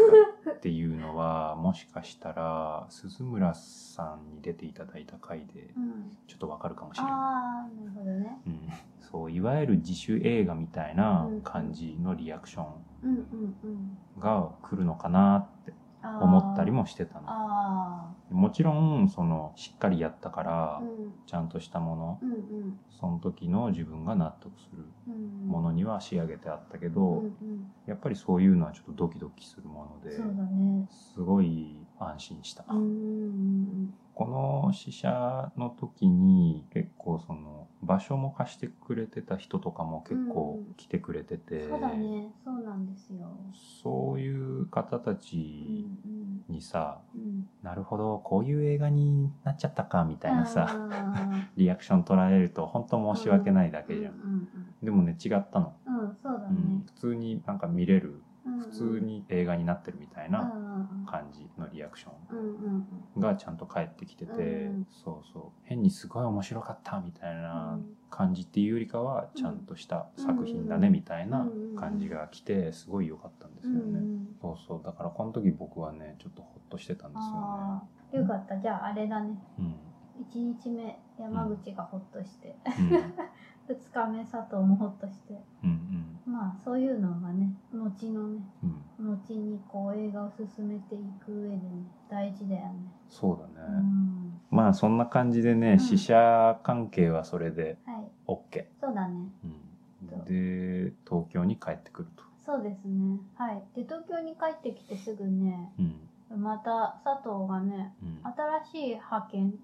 [SPEAKER 1] かっていうのは もしかしたら鈴村さんに出ていただいた回で
[SPEAKER 2] うん
[SPEAKER 1] ちょっとわかるかもしれない。
[SPEAKER 2] ああなるほどね
[SPEAKER 1] うん、そういわゆる自主映画みたいな
[SPEAKER 2] うん
[SPEAKER 1] 感じのリアクショ
[SPEAKER 2] うんうんうん
[SPEAKER 1] ンが来るのかなって
[SPEAKER 2] あー
[SPEAKER 1] 思ったりもしてたの
[SPEAKER 2] あ
[SPEAKER 1] もちろんそのしっかりやったか
[SPEAKER 2] あ、
[SPEAKER 1] ら
[SPEAKER 2] うん、
[SPEAKER 1] ちゃんとしたもの
[SPEAKER 2] うんうん
[SPEAKER 1] その時の自分が納得する
[SPEAKER 2] うん
[SPEAKER 1] ものには仕上げてあったけ
[SPEAKER 2] うん
[SPEAKER 1] ど
[SPEAKER 2] うん、
[SPEAKER 1] やっぱりそういうのはちょっとドキドキするもので
[SPEAKER 2] そうだね
[SPEAKER 1] すごい安心した
[SPEAKER 2] うんうん
[SPEAKER 1] この試写の時に結構その場所も貸してくれてた人とかも結構
[SPEAKER 2] うん
[SPEAKER 1] 来てくれてて、
[SPEAKER 2] うんそうだねそうなんですよ
[SPEAKER 1] そういう方た
[SPEAKER 2] うん
[SPEAKER 1] ち
[SPEAKER 2] うん
[SPEAKER 1] にさ、
[SPEAKER 2] うん
[SPEAKER 1] なるほど、こういう映画になっちゃったか、みたいなさ、
[SPEAKER 2] あ
[SPEAKER 1] リアクション取られると、本当申し訳ないだ
[SPEAKER 2] ーう
[SPEAKER 1] け
[SPEAKER 2] ん
[SPEAKER 1] じ
[SPEAKER 2] う
[SPEAKER 1] ゃん。
[SPEAKER 2] ん
[SPEAKER 1] でもね、違ったの、
[SPEAKER 2] うんうんそうだ
[SPEAKER 1] うん
[SPEAKER 2] ね
[SPEAKER 1] 普通になんか見れる、
[SPEAKER 2] うん
[SPEAKER 1] 普通に映画になってるみたい
[SPEAKER 2] うん
[SPEAKER 1] な感じのリアクショ
[SPEAKER 2] うんうんうん
[SPEAKER 1] ンがちゃんと返ってきてて、
[SPEAKER 2] うん
[SPEAKER 1] そうそう、変にすごい面白かった、みたいな感じっていうよりかは、ちゃんとした作品だね、
[SPEAKER 2] うん
[SPEAKER 1] みたいな感じが来て、すごい良かったんです
[SPEAKER 2] う
[SPEAKER 1] よね。
[SPEAKER 2] んうん
[SPEAKER 1] そうそうだからこの時僕はねちょっとほっとしてたんですよね
[SPEAKER 2] ああよかったじゃああれだね
[SPEAKER 1] うん
[SPEAKER 2] 一日目山口がほっとして
[SPEAKER 1] うん
[SPEAKER 2] 二日目佐藤もほっとして
[SPEAKER 1] うん
[SPEAKER 2] まあそういうのがね後のね
[SPEAKER 1] うんうん
[SPEAKER 2] 後にこう映画を進めていく上でね大事だよね。
[SPEAKER 1] そうだ
[SPEAKER 2] う
[SPEAKER 1] ね、
[SPEAKER 2] ん、
[SPEAKER 1] まあそんな感じでね、
[SPEAKER 2] ん
[SPEAKER 1] 試写関係はそれで
[SPEAKER 2] はい、
[SPEAKER 1] OK、
[SPEAKER 2] そうだね。
[SPEAKER 1] うん、で東京に帰ってくると、
[SPEAKER 2] そうですね。はい。で東京に帰ってきてすぐね、
[SPEAKER 1] うん
[SPEAKER 2] また佐藤がね、
[SPEAKER 1] うん
[SPEAKER 2] 新しい派遣。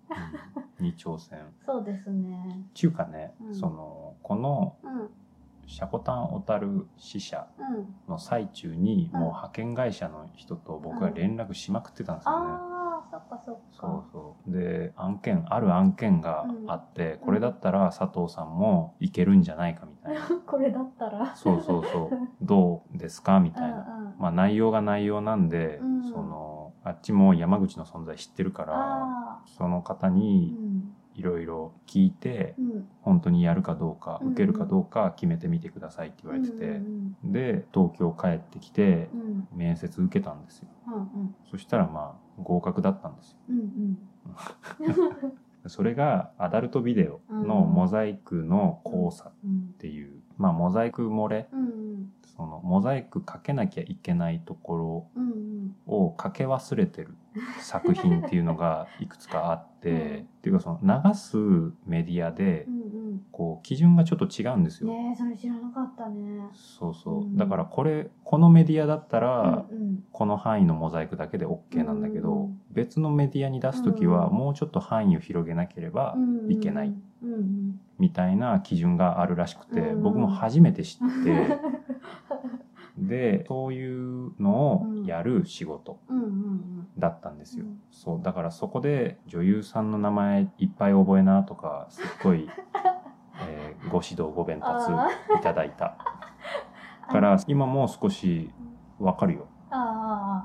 [SPEAKER 1] うん、に挑戦
[SPEAKER 2] そうですね。
[SPEAKER 1] ちゅうかね、
[SPEAKER 2] うん
[SPEAKER 1] そのこの
[SPEAKER 2] うん
[SPEAKER 1] シャコタン小樽支社
[SPEAKER 2] うん。
[SPEAKER 1] の最中に、
[SPEAKER 2] うん
[SPEAKER 1] もう派遣会社の人と僕は連絡しまくってたんですよね、
[SPEAKER 2] ああ、そっかそっ
[SPEAKER 1] そう
[SPEAKER 2] か。
[SPEAKER 1] そうで案件ある案件があって、これだったら佐藤さんもいけるんじゃないかみたいな
[SPEAKER 2] これだったら。
[SPEAKER 1] そうそうそう どうですかみたいな、
[SPEAKER 2] うんうん。
[SPEAKER 1] まあ、内容が内容なんで、
[SPEAKER 2] うん
[SPEAKER 1] そのあっちも山口の存在知ってるから
[SPEAKER 2] ああ。
[SPEAKER 1] その方
[SPEAKER 2] う
[SPEAKER 1] に
[SPEAKER 2] ん。
[SPEAKER 1] いろいろ聞いて、
[SPEAKER 2] うん。
[SPEAKER 1] 本当にやるかどうか
[SPEAKER 2] うん
[SPEAKER 1] 受けるかどうか決めてみてくださいって言われてて、
[SPEAKER 2] うん
[SPEAKER 1] で東京帰ってきて
[SPEAKER 2] うんうん。
[SPEAKER 1] 面接受けたんですよ
[SPEAKER 2] うんうん
[SPEAKER 1] そしたらまあ合格だったんですよ
[SPEAKER 2] うんうん。
[SPEAKER 1] それがアダルトビデオのモザイクの交差っ
[SPEAKER 2] うん
[SPEAKER 1] ていう、まあモザイク漏れ
[SPEAKER 2] うんうん
[SPEAKER 1] そそのモザイクかけなきゃいけないところ
[SPEAKER 2] うんうん
[SPEAKER 1] をかけ忘れてる作品っていうの がいくつかあって、
[SPEAKER 2] うん
[SPEAKER 1] っていうかその流すメディアで
[SPEAKER 2] うん
[SPEAKER 1] こう基準がちょっと違うんです
[SPEAKER 2] うん
[SPEAKER 1] よ。
[SPEAKER 2] ねえそれ知らなかったね
[SPEAKER 1] そうそううんだからこれこのメディアだったら
[SPEAKER 2] うんうん
[SPEAKER 1] この範囲のモザイクだけで OK なんだけど、
[SPEAKER 2] うん
[SPEAKER 1] 別のメディアに出す時は
[SPEAKER 2] うん
[SPEAKER 1] もうちょっと範囲を広げなければ
[SPEAKER 2] うんうん
[SPEAKER 1] いけない
[SPEAKER 2] うんうん
[SPEAKER 1] みたいな基準があるらしくて、
[SPEAKER 2] うん
[SPEAKER 1] 僕も初めて知 ってでそういうのをやる仕事
[SPEAKER 2] うんうん
[SPEAKER 1] だったんですよ、
[SPEAKER 2] うん
[SPEAKER 1] そうだからそこで女優さんの名前いっぱい覚えなとかすっご い、えーご指導ご
[SPEAKER 2] うん
[SPEAKER 1] 鞭
[SPEAKER 2] あ
[SPEAKER 1] 達
[SPEAKER 2] ー
[SPEAKER 1] いただいた から今もう少しわかるよ、
[SPEAKER 2] あー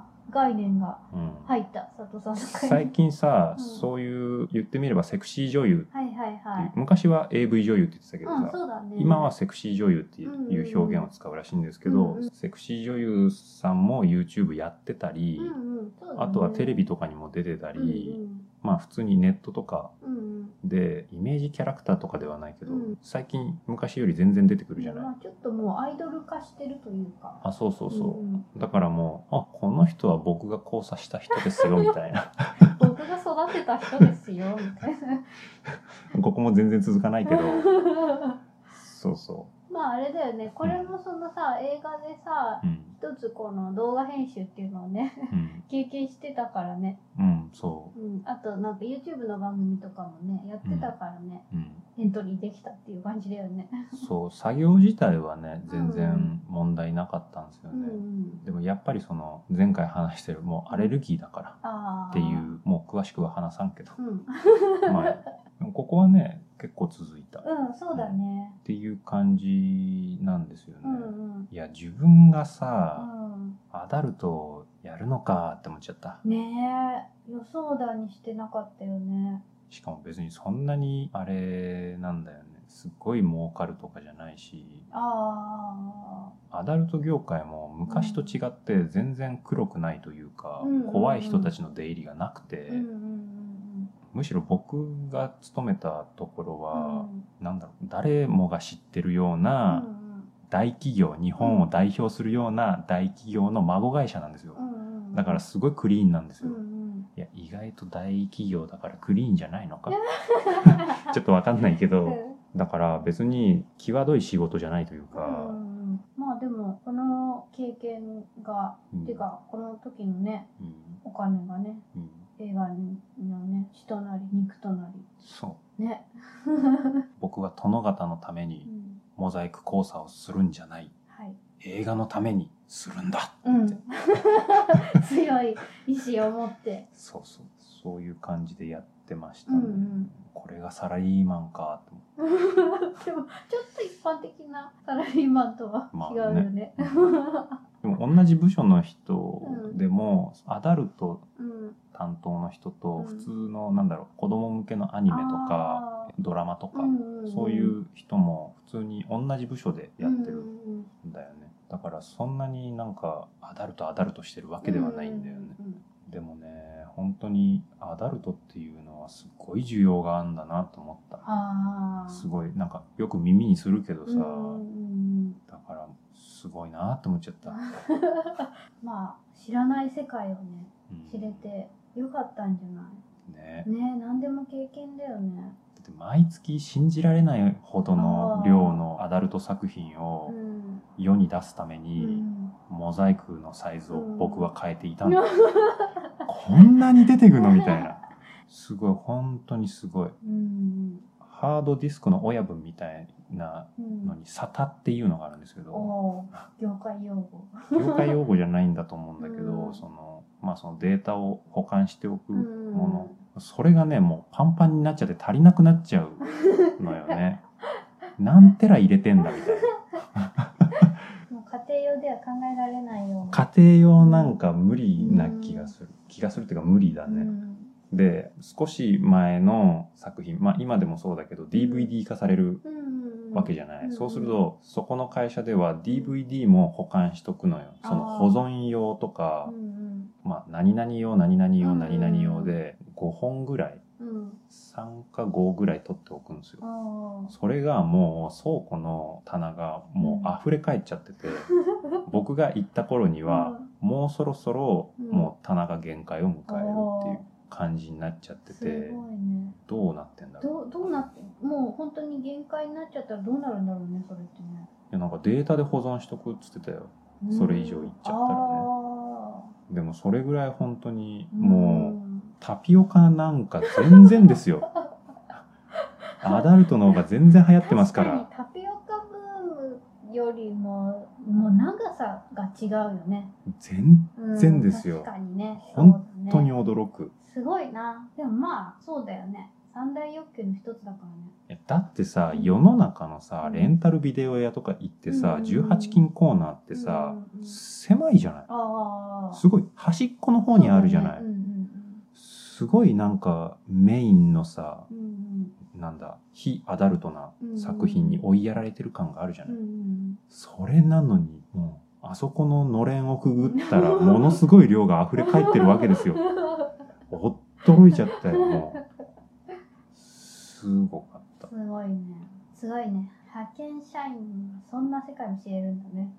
[SPEAKER 2] あー概念が
[SPEAKER 1] うん
[SPEAKER 2] 入った佐藤さんの会
[SPEAKER 1] 最近さ、
[SPEAKER 2] うん
[SPEAKER 1] そういう言ってみればセクシー女優って
[SPEAKER 2] はいはいはい
[SPEAKER 1] 昔は AV 女優って言ってたけどさ、
[SPEAKER 2] うんそうだね
[SPEAKER 1] 今はセクシー女優っていう表現を使うらしいんですけど、
[SPEAKER 2] うんうん
[SPEAKER 1] セクシー女優さんも YouTube やってたり、
[SPEAKER 2] うんうんそうだね
[SPEAKER 1] あとはテレビとかにも出てたり、
[SPEAKER 2] うん
[SPEAKER 1] まあ普通にネットとか
[SPEAKER 2] うんうんうん
[SPEAKER 1] でイメージキャラクターとかではないけど、
[SPEAKER 2] うん
[SPEAKER 1] 最近昔より全然出てくるじゃない、
[SPEAKER 2] まあちょっともうアイドル化してるというか
[SPEAKER 1] あそうそうそう、
[SPEAKER 2] んん
[SPEAKER 1] だからもうあこの人は僕が交差した人ですよみたい な
[SPEAKER 2] 僕が育てた人ですよみたいな
[SPEAKER 1] ここも全然続かないけどそうそ
[SPEAKER 2] まああれだよねこれもそのさ映画でさ
[SPEAKER 1] ううん
[SPEAKER 2] 一つこの動画編集っていうのをね
[SPEAKER 1] うん
[SPEAKER 2] 経験してたからね、
[SPEAKER 1] うんそ
[SPEAKER 2] うん、あとなんか YouTube の番組とかもねやってたからね、
[SPEAKER 1] う、うん、
[SPEAKER 2] エントリーできたっていう感じだよね。
[SPEAKER 1] そう作業自体はね全然問題なかったんですよ
[SPEAKER 2] うん
[SPEAKER 1] ね、
[SPEAKER 2] うん、
[SPEAKER 1] でもやっぱりその前回話してるもうアレルギーだから
[SPEAKER 2] ああ、
[SPEAKER 1] っていうもう詳しくは話さんけど
[SPEAKER 2] うん、
[SPEAKER 1] まあ、でもここはね結構続いた
[SPEAKER 2] うん、そうだね。
[SPEAKER 1] っていう感じなんですよね。
[SPEAKER 2] うんうん
[SPEAKER 1] いや自分がさ、
[SPEAKER 2] うん、
[SPEAKER 1] アダルトやるのかって思っちゃった
[SPEAKER 2] ねえ予想だにしてなかったよね。
[SPEAKER 1] しかも別にそんなにあれなんだよねすっごい儲かるとかじゃないし
[SPEAKER 2] あ
[SPEAKER 1] アダルト業界も昔と違って全然黒くないというか、
[SPEAKER 2] うんうんうん
[SPEAKER 1] 怖い人たちの出入りがなくて、
[SPEAKER 2] あ、うんうんうん
[SPEAKER 1] むしろ僕が勤めたところ
[SPEAKER 2] う
[SPEAKER 1] は、
[SPEAKER 2] ん。
[SPEAKER 1] なんだろう誰もが知ってるよう
[SPEAKER 2] うん
[SPEAKER 1] な大企業、日本を代表するような大企業の孫会社なんですよ。
[SPEAKER 2] うんうんうん
[SPEAKER 1] だからすごいクリーンなんです
[SPEAKER 2] う
[SPEAKER 1] よ。
[SPEAKER 2] んうん。
[SPEAKER 1] いや意外と大企業だからクリーンじゃないのか ちょっとわかんないけ
[SPEAKER 2] うん
[SPEAKER 1] どだから別に際どい仕事じゃないという
[SPEAKER 2] う
[SPEAKER 1] か、
[SPEAKER 2] んうんまあでもこの経験が、
[SPEAKER 1] うん
[SPEAKER 2] っていうかこの時のね
[SPEAKER 1] うん
[SPEAKER 2] お金がね
[SPEAKER 1] うん
[SPEAKER 2] 映画のね血となり肉とな
[SPEAKER 1] そ
[SPEAKER 2] りね、
[SPEAKER 1] う僕は殿方のため
[SPEAKER 2] う
[SPEAKER 1] に
[SPEAKER 2] ん、
[SPEAKER 1] モザイク交差をするんじゃない
[SPEAKER 2] はい、
[SPEAKER 1] 映画のためにするんだ
[SPEAKER 2] うん強い意志を持って
[SPEAKER 1] そうそうそういう感じでやってました
[SPEAKER 2] う
[SPEAKER 1] ね、
[SPEAKER 2] んうん
[SPEAKER 1] これがサラリーマンかと思って
[SPEAKER 2] でもちょっと一般的なサラリーマンとは違うよね,、
[SPEAKER 1] までも同じ部署の人でも、アダルト
[SPEAKER 2] うん
[SPEAKER 1] 担当の人
[SPEAKER 2] う
[SPEAKER 1] と
[SPEAKER 2] ん
[SPEAKER 1] 普通のなんだろう子供向けのアニメとか
[SPEAKER 2] あ
[SPEAKER 1] ドラマと
[SPEAKER 2] ー
[SPEAKER 1] か
[SPEAKER 2] んんん
[SPEAKER 1] そういう人も普通に同じ部署でやってる
[SPEAKER 2] うんんうんうん
[SPEAKER 1] だよねだからそんなになんかアダルトアダルトしてるわけではないんだよね
[SPEAKER 2] うんうん
[SPEAKER 1] でもね本当にアダルトっていうのはすごい需要があるんだなと思った
[SPEAKER 2] ああ
[SPEAKER 1] すごいなんかよく耳にするけどさ
[SPEAKER 2] うんうんうん
[SPEAKER 1] だからすごいなと思っちゃ った、
[SPEAKER 2] まあ知らない世界をね
[SPEAKER 1] うん
[SPEAKER 2] 知れてよかったんじゃな
[SPEAKER 1] ね
[SPEAKER 2] いね何でも経験だよね
[SPEAKER 1] だって毎月信じられないほどの量のアダルト作品
[SPEAKER 2] う
[SPEAKER 1] を
[SPEAKER 2] ん
[SPEAKER 1] 世に出すため
[SPEAKER 2] う
[SPEAKER 1] に、
[SPEAKER 2] ん
[SPEAKER 1] モザイクのサイズを僕は変えていたんだ、
[SPEAKER 2] う
[SPEAKER 1] こんなに出てくのみたいなすごい本当にすごい
[SPEAKER 2] ん
[SPEAKER 1] ハードディスクの親分みたいな
[SPEAKER 2] うん
[SPEAKER 1] のに SATA っていうのがあるんですけ
[SPEAKER 2] お
[SPEAKER 1] ど
[SPEAKER 2] おー業界用語
[SPEAKER 1] 業界用語じゃないんだと思うんだけど、
[SPEAKER 2] うん
[SPEAKER 1] そのまあそのデータを保管しておく
[SPEAKER 2] う
[SPEAKER 1] ものそれがねもうパンパンになっちゃって足りなくなっちゃうのよね 何テラ入れてんだみたいな
[SPEAKER 2] もう家庭用では考えられないような
[SPEAKER 1] 家庭用なんか無理な気がする、気がするっていうか無理だね、
[SPEAKER 2] うん
[SPEAKER 1] で少し前の作品まあ今でもそうだけど DVD 化される
[SPEAKER 2] うんうんうん
[SPEAKER 1] わけじゃない、
[SPEAKER 2] うん
[SPEAKER 1] そうするとそこの会社では DVD も保管しとくのよその
[SPEAKER 2] あー
[SPEAKER 1] 保存用とか
[SPEAKER 2] うんうん
[SPEAKER 1] まあ何々用何々用
[SPEAKER 2] うん
[SPEAKER 1] 何々用で5本ぐらい
[SPEAKER 2] うん。
[SPEAKER 1] 3か5ぐらい取っておくんですよ
[SPEAKER 2] あ
[SPEAKER 1] それがもう倉庫の棚がもう溢れ返っちゃって て、僕が行った頃に
[SPEAKER 2] あ。
[SPEAKER 1] は、もうそろそろ
[SPEAKER 2] うん
[SPEAKER 1] もう棚が限界を迎
[SPEAKER 2] うん、
[SPEAKER 1] えるっていう
[SPEAKER 2] あ
[SPEAKER 1] 感じになっちゃって
[SPEAKER 2] ーす
[SPEAKER 1] て
[SPEAKER 2] ごいね。
[SPEAKER 1] どうなってんだろう
[SPEAKER 2] どうどうなってもう本当に限界になっちゃったらどうなるんだろうねそれってね。
[SPEAKER 1] いやなんかデータで保存しとくっつってたよ
[SPEAKER 2] うん
[SPEAKER 1] それ以上いっちゃったらねでもそれぐらい本当に
[SPEAKER 2] あー
[SPEAKER 1] もうタピオカなんか全然です よアダルトの方が全然流行ってますから
[SPEAKER 2] 確かにタピオカブームよりももう長さが違うよね。
[SPEAKER 1] 全
[SPEAKER 2] うん
[SPEAKER 1] 全ですよ
[SPEAKER 2] 確かにね。
[SPEAKER 1] 本
[SPEAKER 2] そ
[SPEAKER 1] 当
[SPEAKER 2] うだ
[SPEAKER 1] に
[SPEAKER 2] ね
[SPEAKER 1] 驚く
[SPEAKER 2] すごいな。でもまあそうだよね。三大欲求の一つだからね。
[SPEAKER 1] いやだってさ
[SPEAKER 2] うん
[SPEAKER 1] 世の中のさ
[SPEAKER 2] うん
[SPEAKER 1] レンタルビデオ屋とか行ってさ
[SPEAKER 2] うん
[SPEAKER 1] 18金コーナーってさ
[SPEAKER 2] うんうん
[SPEAKER 1] 狭いじゃない
[SPEAKER 2] ああ。
[SPEAKER 1] すごい端っこの方にあるじゃない
[SPEAKER 2] そうだねうん
[SPEAKER 1] すごいなんかメインのさ
[SPEAKER 2] うんうんうん
[SPEAKER 1] なんだ非アダルトな
[SPEAKER 2] うん
[SPEAKER 1] 作品に追いやられてる感があるじゃ
[SPEAKER 2] う
[SPEAKER 1] なんい、
[SPEAKER 2] うん
[SPEAKER 1] それなのにもうあそこののれんをくぐったらものすごい量が溢れ返ってるわけですよ
[SPEAKER 2] うん。
[SPEAKER 1] 驚いちゃったよもうすごかった
[SPEAKER 2] すごいね。すごいね。派遣社員はそんな世界も知れるんだね。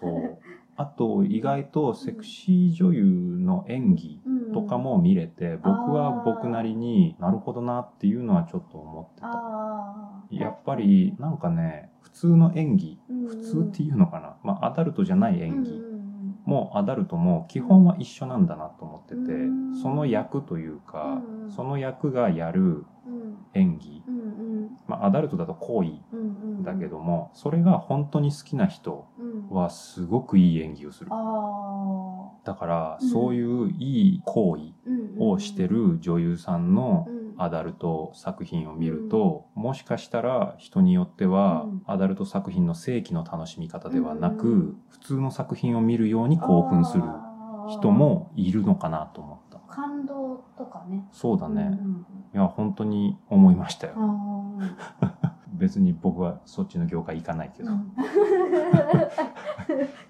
[SPEAKER 1] そうあと意外とセクシー女優の演技
[SPEAKER 2] うん
[SPEAKER 1] とか。も見れて僕は
[SPEAKER 2] あー
[SPEAKER 1] 僕なりになるほどなっていうのはちょっと思ってた
[SPEAKER 2] ああ。
[SPEAKER 1] やっぱりなんかね普通の演技
[SPEAKER 2] うんうん、
[SPEAKER 1] 普通っていうのかな、まあ、アダルトじゃない演
[SPEAKER 2] うん
[SPEAKER 1] 技
[SPEAKER 2] うん
[SPEAKER 1] もアダルトも基本は一緒なんだなと思ってて
[SPEAKER 2] うん
[SPEAKER 1] その役というか
[SPEAKER 2] うん
[SPEAKER 1] その役がやる
[SPEAKER 2] うん
[SPEAKER 1] 演技、
[SPEAKER 2] うんうん
[SPEAKER 1] まあ、アダルトだと好意
[SPEAKER 2] うんうんうん
[SPEAKER 1] だけどもそれが本当に好きな人
[SPEAKER 2] うん
[SPEAKER 1] はすごくいい演技をする
[SPEAKER 2] ああ
[SPEAKER 1] だから
[SPEAKER 2] うん
[SPEAKER 1] そういういい行為
[SPEAKER 2] うんうんうん
[SPEAKER 1] をしてる女優さんの
[SPEAKER 2] うん
[SPEAKER 1] アダルト作品を見ると、もしかしたら人によっては、
[SPEAKER 2] うん
[SPEAKER 1] アダルト作品の正規の楽しみ方ではなく、
[SPEAKER 2] うん
[SPEAKER 1] 普通の作品を見るように興奮する
[SPEAKER 2] あー
[SPEAKER 1] 人もいるのかなと思った
[SPEAKER 2] 感動とかね。
[SPEAKER 1] そうだね、
[SPEAKER 2] うんうん
[SPEAKER 1] いや本当に思いましたよ、
[SPEAKER 2] うんあー
[SPEAKER 1] 別に僕はそっちの業界行かないけど、
[SPEAKER 2] う
[SPEAKER 1] い
[SPEAKER 2] ん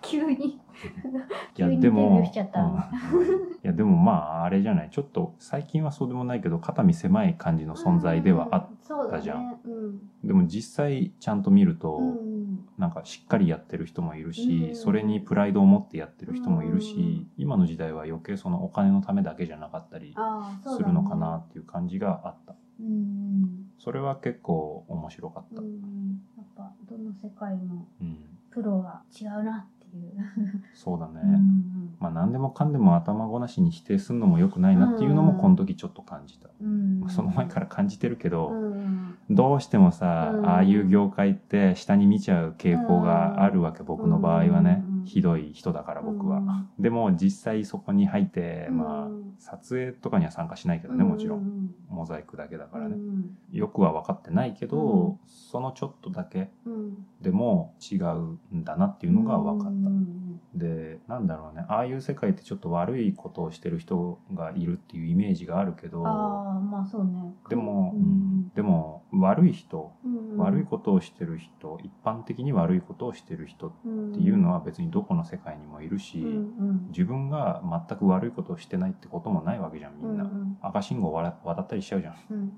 [SPEAKER 2] 急に。
[SPEAKER 1] や
[SPEAKER 2] 急に
[SPEAKER 1] で
[SPEAKER 2] デビュー
[SPEAKER 1] も
[SPEAKER 2] しちゃった
[SPEAKER 1] うんうんいやでもまああれじゃないちょっと最近はそうでもないけど肩身狭い感じの存在ではあっ
[SPEAKER 2] った
[SPEAKER 1] じゃん。
[SPEAKER 2] うん
[SPEAKER 1] でも実際ちゃんと見ると、
[SPEAKER 2] そうだねうんうん
[SPEAKER 1] なんかしっかりやってる人もいるし、
[SPEAKER 2] うん
[SPEAKER 1] それにプライドを持ってやってる人もいるし、
[SPEAKER 2] うん
[SPEAKER 1] 今の時代は余計そのお金のためだけじゃなかったり
[SPEAKER 2] ああそう
[SPEAKER 1] す
[SPEAKER 2] だ
[SPEAKER 1] る
[SPEAKER 2] ね
[SPEAKER 1] のかなっていう感じがあった
[SPEAKER 2] うん
[SPEAKER 1] それは結構面白かっ
[SPEAKER 2] うん
[SPEAKER 1] た、
[SPEAKER 2] う
[SPEAKER 1] うん
[SPEAKER 2] んやっぱどの世界もプロは違うなっていう、
[SPEAKER 1] そうだね、
[SPEAKER 2] うんうん
[SPEAKER 1] まあ何でもかんでも頭ごなしに否定するのも良くないなっていうのも
[SPEAKER 2] うん
[SPEAKER 1] この時ちょっと感じた、
[SPEAKER 2] うん
[SPEAKER 1] まあその前から感じてるけ
[SPEAKER 2] う
[SPEAKER 1] ど、
[SPEAKER 2] んうん
[SPEAKER 1] どうしてもさ、
[SPEAKER 2] うん
[SPEAKER 1] ああいう業界って下に見ちゃう傾向があるわけ、僕の場合はね、
[SPEAKER 2] うん
[SPEAKER 1] ひどい人だから僕は、
[SPEAKER 2] うん
[SPEAKER 1] でも実際そこに入って、
[SPEAKER 2] うん
[SPEAKER 1] まあ撮影とかには参加しないけどね、もちろ
[SPEAKER 2] うんん
[SPEAKER 1] モザイクだけだか
[SPEAKER 2] うん
[SPEAKER 1] ら
[SPEAKER 2] う
[SPEAKER 1] ね、
[SPEAKER 2] ん
[SPEAKER 1] よくは分かってないけど、
[SPEAKER 2] うん
[SPEAKER 1] そのちょっとだけ
[SPEAKER 2] うん
[SPEAKER 1] でも違うんだなっていうのが分かった、
[SPEAKER 2] うん
[SPEAKER 1] でなんだろうねああいう世界ってちょっと悪いことをしてる人がいるっていうイメージがあるけど
[SPEAKER 2] ああまあそうね
[SPEAKER 1] でも、
[SPEAKER 2] う
[SPEAKER 1] うんんでも悪い人、
[SPEAKER 2] うんうん
[SPEAKER 1] 悪いことをしてる人一般的に悪いことをしてる人っ
[SPEAKER 2] うん
[SPEAKER 1] ていうのは別にどこの世界にもいるし、
[SPEAKER 2] うんうん
[SPEAKER 1] 自分が全く悪いことをしてないってこともないわけじゃんみんな、
[SPEAKER 2] うんうん
[SPEAKER 1] 赤信号を渡渡ったりしちゃうじゃん、
[SPEAKER 2] うんうん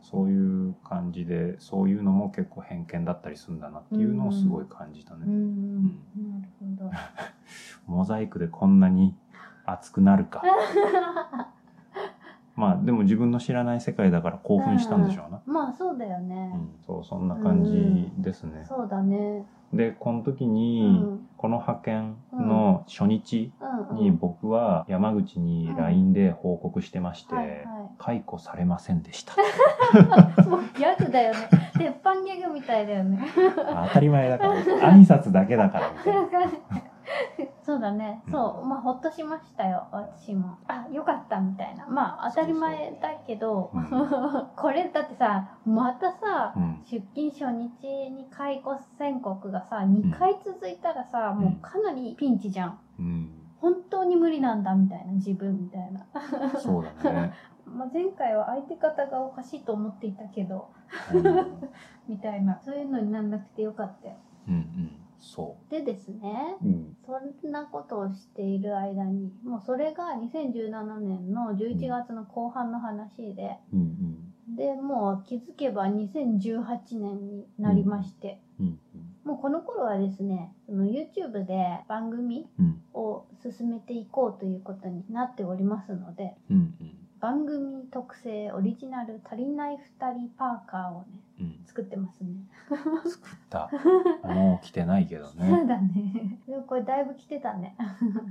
[SPEAKER 1] そういう感じでそういうのも結構偏見だったりするんだなっていうのをすごい感じたね、
[SPEAKER 2] うんうんなるほど
[SPEAKER 1] モザイクでこんなに熱くなるかまあでも自分の知らない世界だから興奮したんでしょうな、
[SPEAKER 2] まあそうだよ
[SPEAKER 1] うん
[SPEAKER 2] ね
[SPEAKER 1] そうそんな感じですね、
[SPEAKER 2] そうだね
[SPEAKER 1] でこの時
[SPEAKER 2] う
[SPEAKER 1] に
[SPEAKER 2] ん
[SPEAKER 1] この派遣の初日
[SPEAKER 2] うん
[SPEAKER 1] に僕は山口に LINE で報告してまして、
[SPEAKER 2] はいはい
[SPEAKER 1] 解雇されませんでした。
[SPEAKER 2] もうギャグだよね。鉄板ギャグみたいだよね。
[SPEAKER 1] 当たり前だから、挨拶だけだからみたいな。
[SPEAKER 2] そうだね。そう。まあ、ほっとしましたよ。私も。あ、よかったみたいな。まあ、当たり前だけど、
[SPEAKER 1] そう
[SPEAKER 2] これだってさ、またさ、
[SPEAKER 1] うん、
[SPEAKER 2] 出勤初日に解雇宣告がさ、2回続いたらさ、
[SPEAKER 1] うん
[SPEAKER 2] もうかなりピンチじゃん。
[SPEAKER 1] うん、
[SPEAKER 2] 本当に無理なんだみたいな、自分みたいな。
[SPEAKER 1] そうだね。
[SPEAKER 2] まあ、前回は相手方がおかしいと思っていたけど、
[SPEAKER 1] うん、うん、
[SPEAKER 2] みたいな。そういうのになんなくてよかったよ。
[SPEAKER 1] うん、そ
[SPEAKER 2] でですね
[SPEAKER 1] う。うん。
[SPEAKER 2] そんなことをしている間にもうそれが2017年の11月の後半の話で、
[SPEAKER 1] うんうん。
[SPEAKER 2] でもう気づけば2018年になりまして、
[SPEAKER 1] うん
[SPEAKER 2] もうこの頃はですねその YouTube で番組
[SPEAKER 1] うん。
[SPEAKER 2] を進めていこうということになっておりますので
[SPEAKER 1] うんうん。
[SPEAKER 2] 番組特製オリジナル「足りない2人パーカー」をね
[SPEAKER 1] うん。
[SPEAKER 2] 作ってますね。
[SPEAKER 1] 作った。もう来てないけど
[SPEAKER 2] そう
[SPEAKER 1] ね。
[SPEAKER 2] だねでもこれだいぶ来てたね。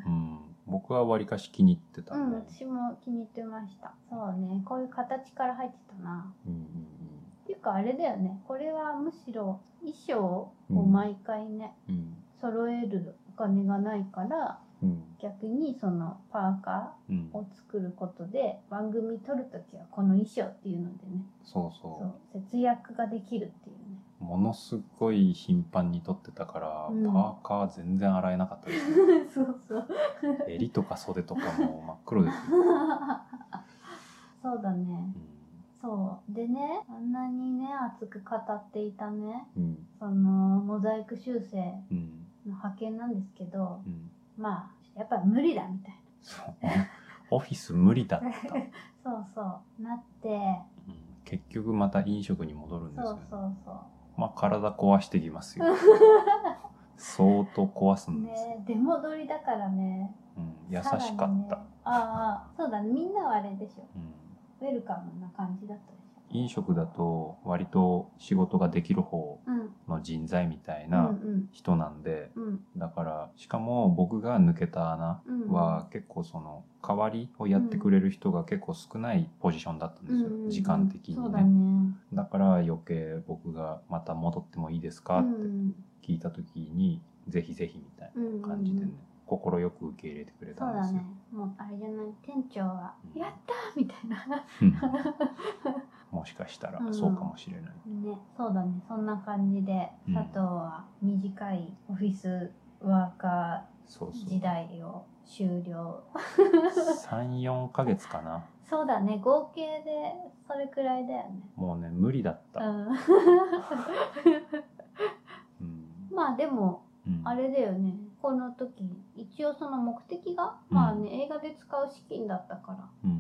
[SPEAKER 1] うん。僕はわりかし気に入ってた
[SPEAKER 2] う
[SPEAKER 1] ね。
[SPEAKER 2] ん、私も気に入ってました。そうね、こういう形から入ってたな。
[SPEAKER 1] うんうん
[SPEAKER 2] っていうかあれだよね、これはむしろ衣装を毎回ね、
[SPEAKER 1] うん。うん。
[SPEAKER 2] 揃えるお金がないから、
[SPEAKER 1] うん。
[SPEAKER 2] 逆にそのパーカ
[SPEAKER 1] うん
[SPEAKER 2] ー。を作ることで、番組撮るときはこの衣装っていうのでね、
[SPEAKER 1] そう
[SPEAKER 2] そ、
[SPEAKER 1] そう
[SPEAKER 2] 節約ができるっていうね。
[SPEAKER 1] う。ものすごい頻繁に撮ってたから、
[SPEAKER 2] う
[SPEAKER 1] パ
[SPEAKER 2] ん
[SPEAKER 1] ーカー全然洗えなかったですね。
[SPEAKER 2] そうそう。
[SPEAKER 1] 襟とか袖とかも真っ黒ですよ。
[SPEAKER 2] そうだね。
[SPEAKER 1] う
[SPEAKER 2] そう。でね、あんなにね、熱く語っていたね、
[SPEAKER 1] ん。うん。
[SPEAKER 2] そのモザイク修正
[SPEAKER 1] うん。
[SPEAKER 2] の派遣なんですけど
[SPEAKER 1] うん。
[SPEAKER 2] まあやっぱり無理だみたい
[SPEAKER 1] そう。オフィス無理だった。
[SPEAKER 2] なそうそうなって
[SPEAKER 1] うん結局また飲食に戻るんです
[SPEAKER 2] そ
[SPEAKER 1] よ
[SPEAKER 2] う
[SPEAKER 1] ね。
[SPEAKER 2] そうそ
[SPEAKER 1] まあ体壊してきますよ。相当壊す
[SPEAKER 2] うん
[SPEAKER 1] ですよ。
[SPEAKER 2] ね出戻りだからね
[SPEAKER 1] うん、優しか
[SPEAKER 2] さ
[SPEAKER 1] ら
[SPEAKER 2] にね
[SPEAKER 1] った、
[SPEAKER 2] ああそうだねみんなはあれでしょ
[SPEAKER 1] うん。
[SPEAKER 2] ウェルカムな感じだったでしょ
[SPEAKER 1] 飲食だと割と仕事ができる方
[SPEAKER 2] うん
[SPEAKER 1] の人材みたい
[SPEAKER 2] うん
[SPEAKER 1] な人なんで、
[SPEAKER 2] うんうん
[SPEAKER 1] だからしかも僕が抜けた穴
[SPEAKER 2] うん
[SPEAKER 1] は結構その代わりをやってくれる人が結構少ないポジションだったんですよ、
[SPEAKER 2] うんうん
[SPEAKER 1] 時間的に
[SPEAKER 2] そうだ
[SPEAKER 1] ね
[SPEAKER 2] ね
[SPEAKER 1] だから余計僕がまた戻ってもいいですか
[SPEAKER 2] う
[SPEAKER 1] って
[SPEAKER 2] ん
[SPEAKER 1] 聞いた時に、ぜひぜひみたい
[SPEAKER 2] うん
[SPEAKER 1] な感じでね快、く受け入れてくれ
[SPEAKER 2] そ
[SPEAKER 1] た
[SPEAKER 2] うん
[SPEAKER 1] で
[SPEAKER 2] だ
[SPEAKER 1] す
[SPEAKER 2] ね
[SPEAKER 1] よ、
[SPEAKER 2] もうあれじゃない店長は
[SPEAKER 1] う
[SPEAKER 2] 「
[SPEAKER 1] ん
[SPEAKER 2] やった!」みたいな
[SPEAKER 1] うんもしかしたら
[SPEAKER 2] うん
[SPEAKER 1] そうかもしれない、
[SPEAKER 2] ね、そうだね、そんな感じで、
[SPEAKER 1] うん
[SPEAKER 2] 佐藤は短いオフィスワーカ
[SPEAKER 1] そう
[SPEAKER 2] ー
[SPEAKER 1] そ
[SPEAKER 2] 時
[SPEAKER 1] う
[SPEAKER 2] 代を終了。
[SPEAKER 1] 34ヶ月かな
[SPEAKER 2] そうだね、合計でそれくらいだよね。
[SPEAKER 1] もうね無理だっ
[SPEAKER 2] う
[SPEAKER 1] た、うん
[SPEAKER 2] ん、 まあでも、
[SPEAKER 1] うん
[SPEAKER 2] あれだよね、この時、一応その目的が、まあね、映画で使う資金だったから、
[SPEAKER 1] うん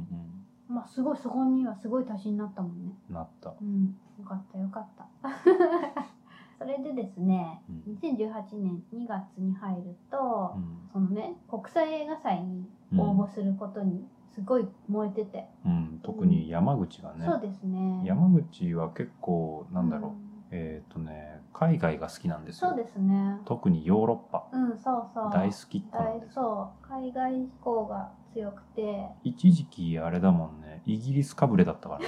[SPEAKER 1] うん
[SPEAKER 2] まあすごい、そこにはすごい足しになったもんね。
[SPEAKER 1] なった
[SPEAKER 2] うん、よかったよかった。 それでですね、
[SPEAKER 1] うん
[SPEAKER 2] 2018年2月に入ると
[SPEAKER 1] う、ん
[SPEAKER 2] そのね国際映画祭に応募することにすごい燃えてて、
[SPEAKER 1] うん特に山口がね、
[SPEAKER 2] そうですね
[SPEAKER 1] 山口は結構なんだろう、
[SPEAKER 2] う
[SPEAKER 1] えっ、とね海外が好きなんです
[SPEAKER 2] そう
[SPEAKER 1] よ
[SPEAKER 2] ですね
[SPEAKER 1] 特にヨーロッパ
[SPEAKER 2] うんそうそう
[SPEAKER 1] 大好きっ子なん
[SPEAKER 2] 大
[SPEAKER 1] ですよ
[SPEAKER 2] そう海外志向が強くて
[SPEAKER 1] 一時期あれだもんねイギリスかぶれだったから ね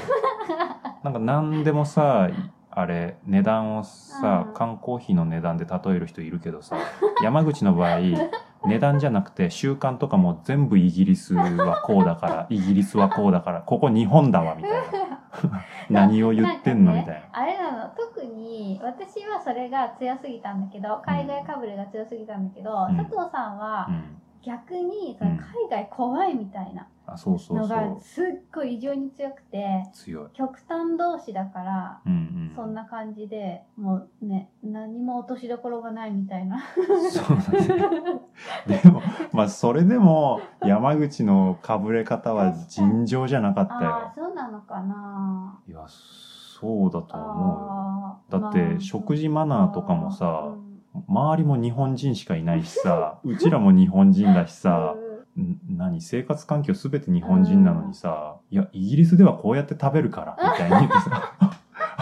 [SPEAKER 1] なんか何でもさあれ値段をさ、
[SPEAKER 2] うん
[SPEAKER 1] 缶コーヒーの値段で例える人いるけどさ山口の 場合値段じゃなくて習慣とかも全部イギリスはこうだからイギリスはこうだからここ日本だわみたい な何を言ってんのみたいな。
[SPEAKER 2] あれなの特に私はそれが強すぎたんだけど海外かぶれが強すぎたんだけど、
[SPEAKER 1] うん
[SPEAKER 2] 佐藤さんは
[SPEAKER 1] うん
[SPEAKER 2] 逆にその
[SPEAKER 1] うん
[SPEAKER 2] 海外怖いみたいな
[SPEAKER 1] あそうそう
[SPEAKER 2] の
[SPEAKER 1] そ
[SPEAKER 2] が
[SPEAKER 1] う
[SPEAKER 2] すっごい異常に強くて
[SPEAKER 1] 強い、
[SPEAKER 2] 極端同士だから
[SPEAKER 1] うんうん、
[SPEAKER 2] そんな感じでもうね何も落としどころがないみたいな
[SPEAKER 1] そうだね。でも、まあ、それでも、山口のかぶれ方は尋常じゃなかった
[SPEAKER 2] ああ
[SPEAKER 1] よ。
[SPEAKER 2] そうなのかない
[SPEAKER 1] や、そうだと思
[SPEAKER 2] あ
[SPEAKER 1] うよ。だって、食事マ
[SPEAKER 2] マ
[SPEAKER 1] ナーとかもさ、周りも日本人しかいないしさ、うちらも日本人だしさ、ん何、生活環境すべて日本人なのにさ、いや、イギリスではこうやって食べるから、みたいに言ってさ、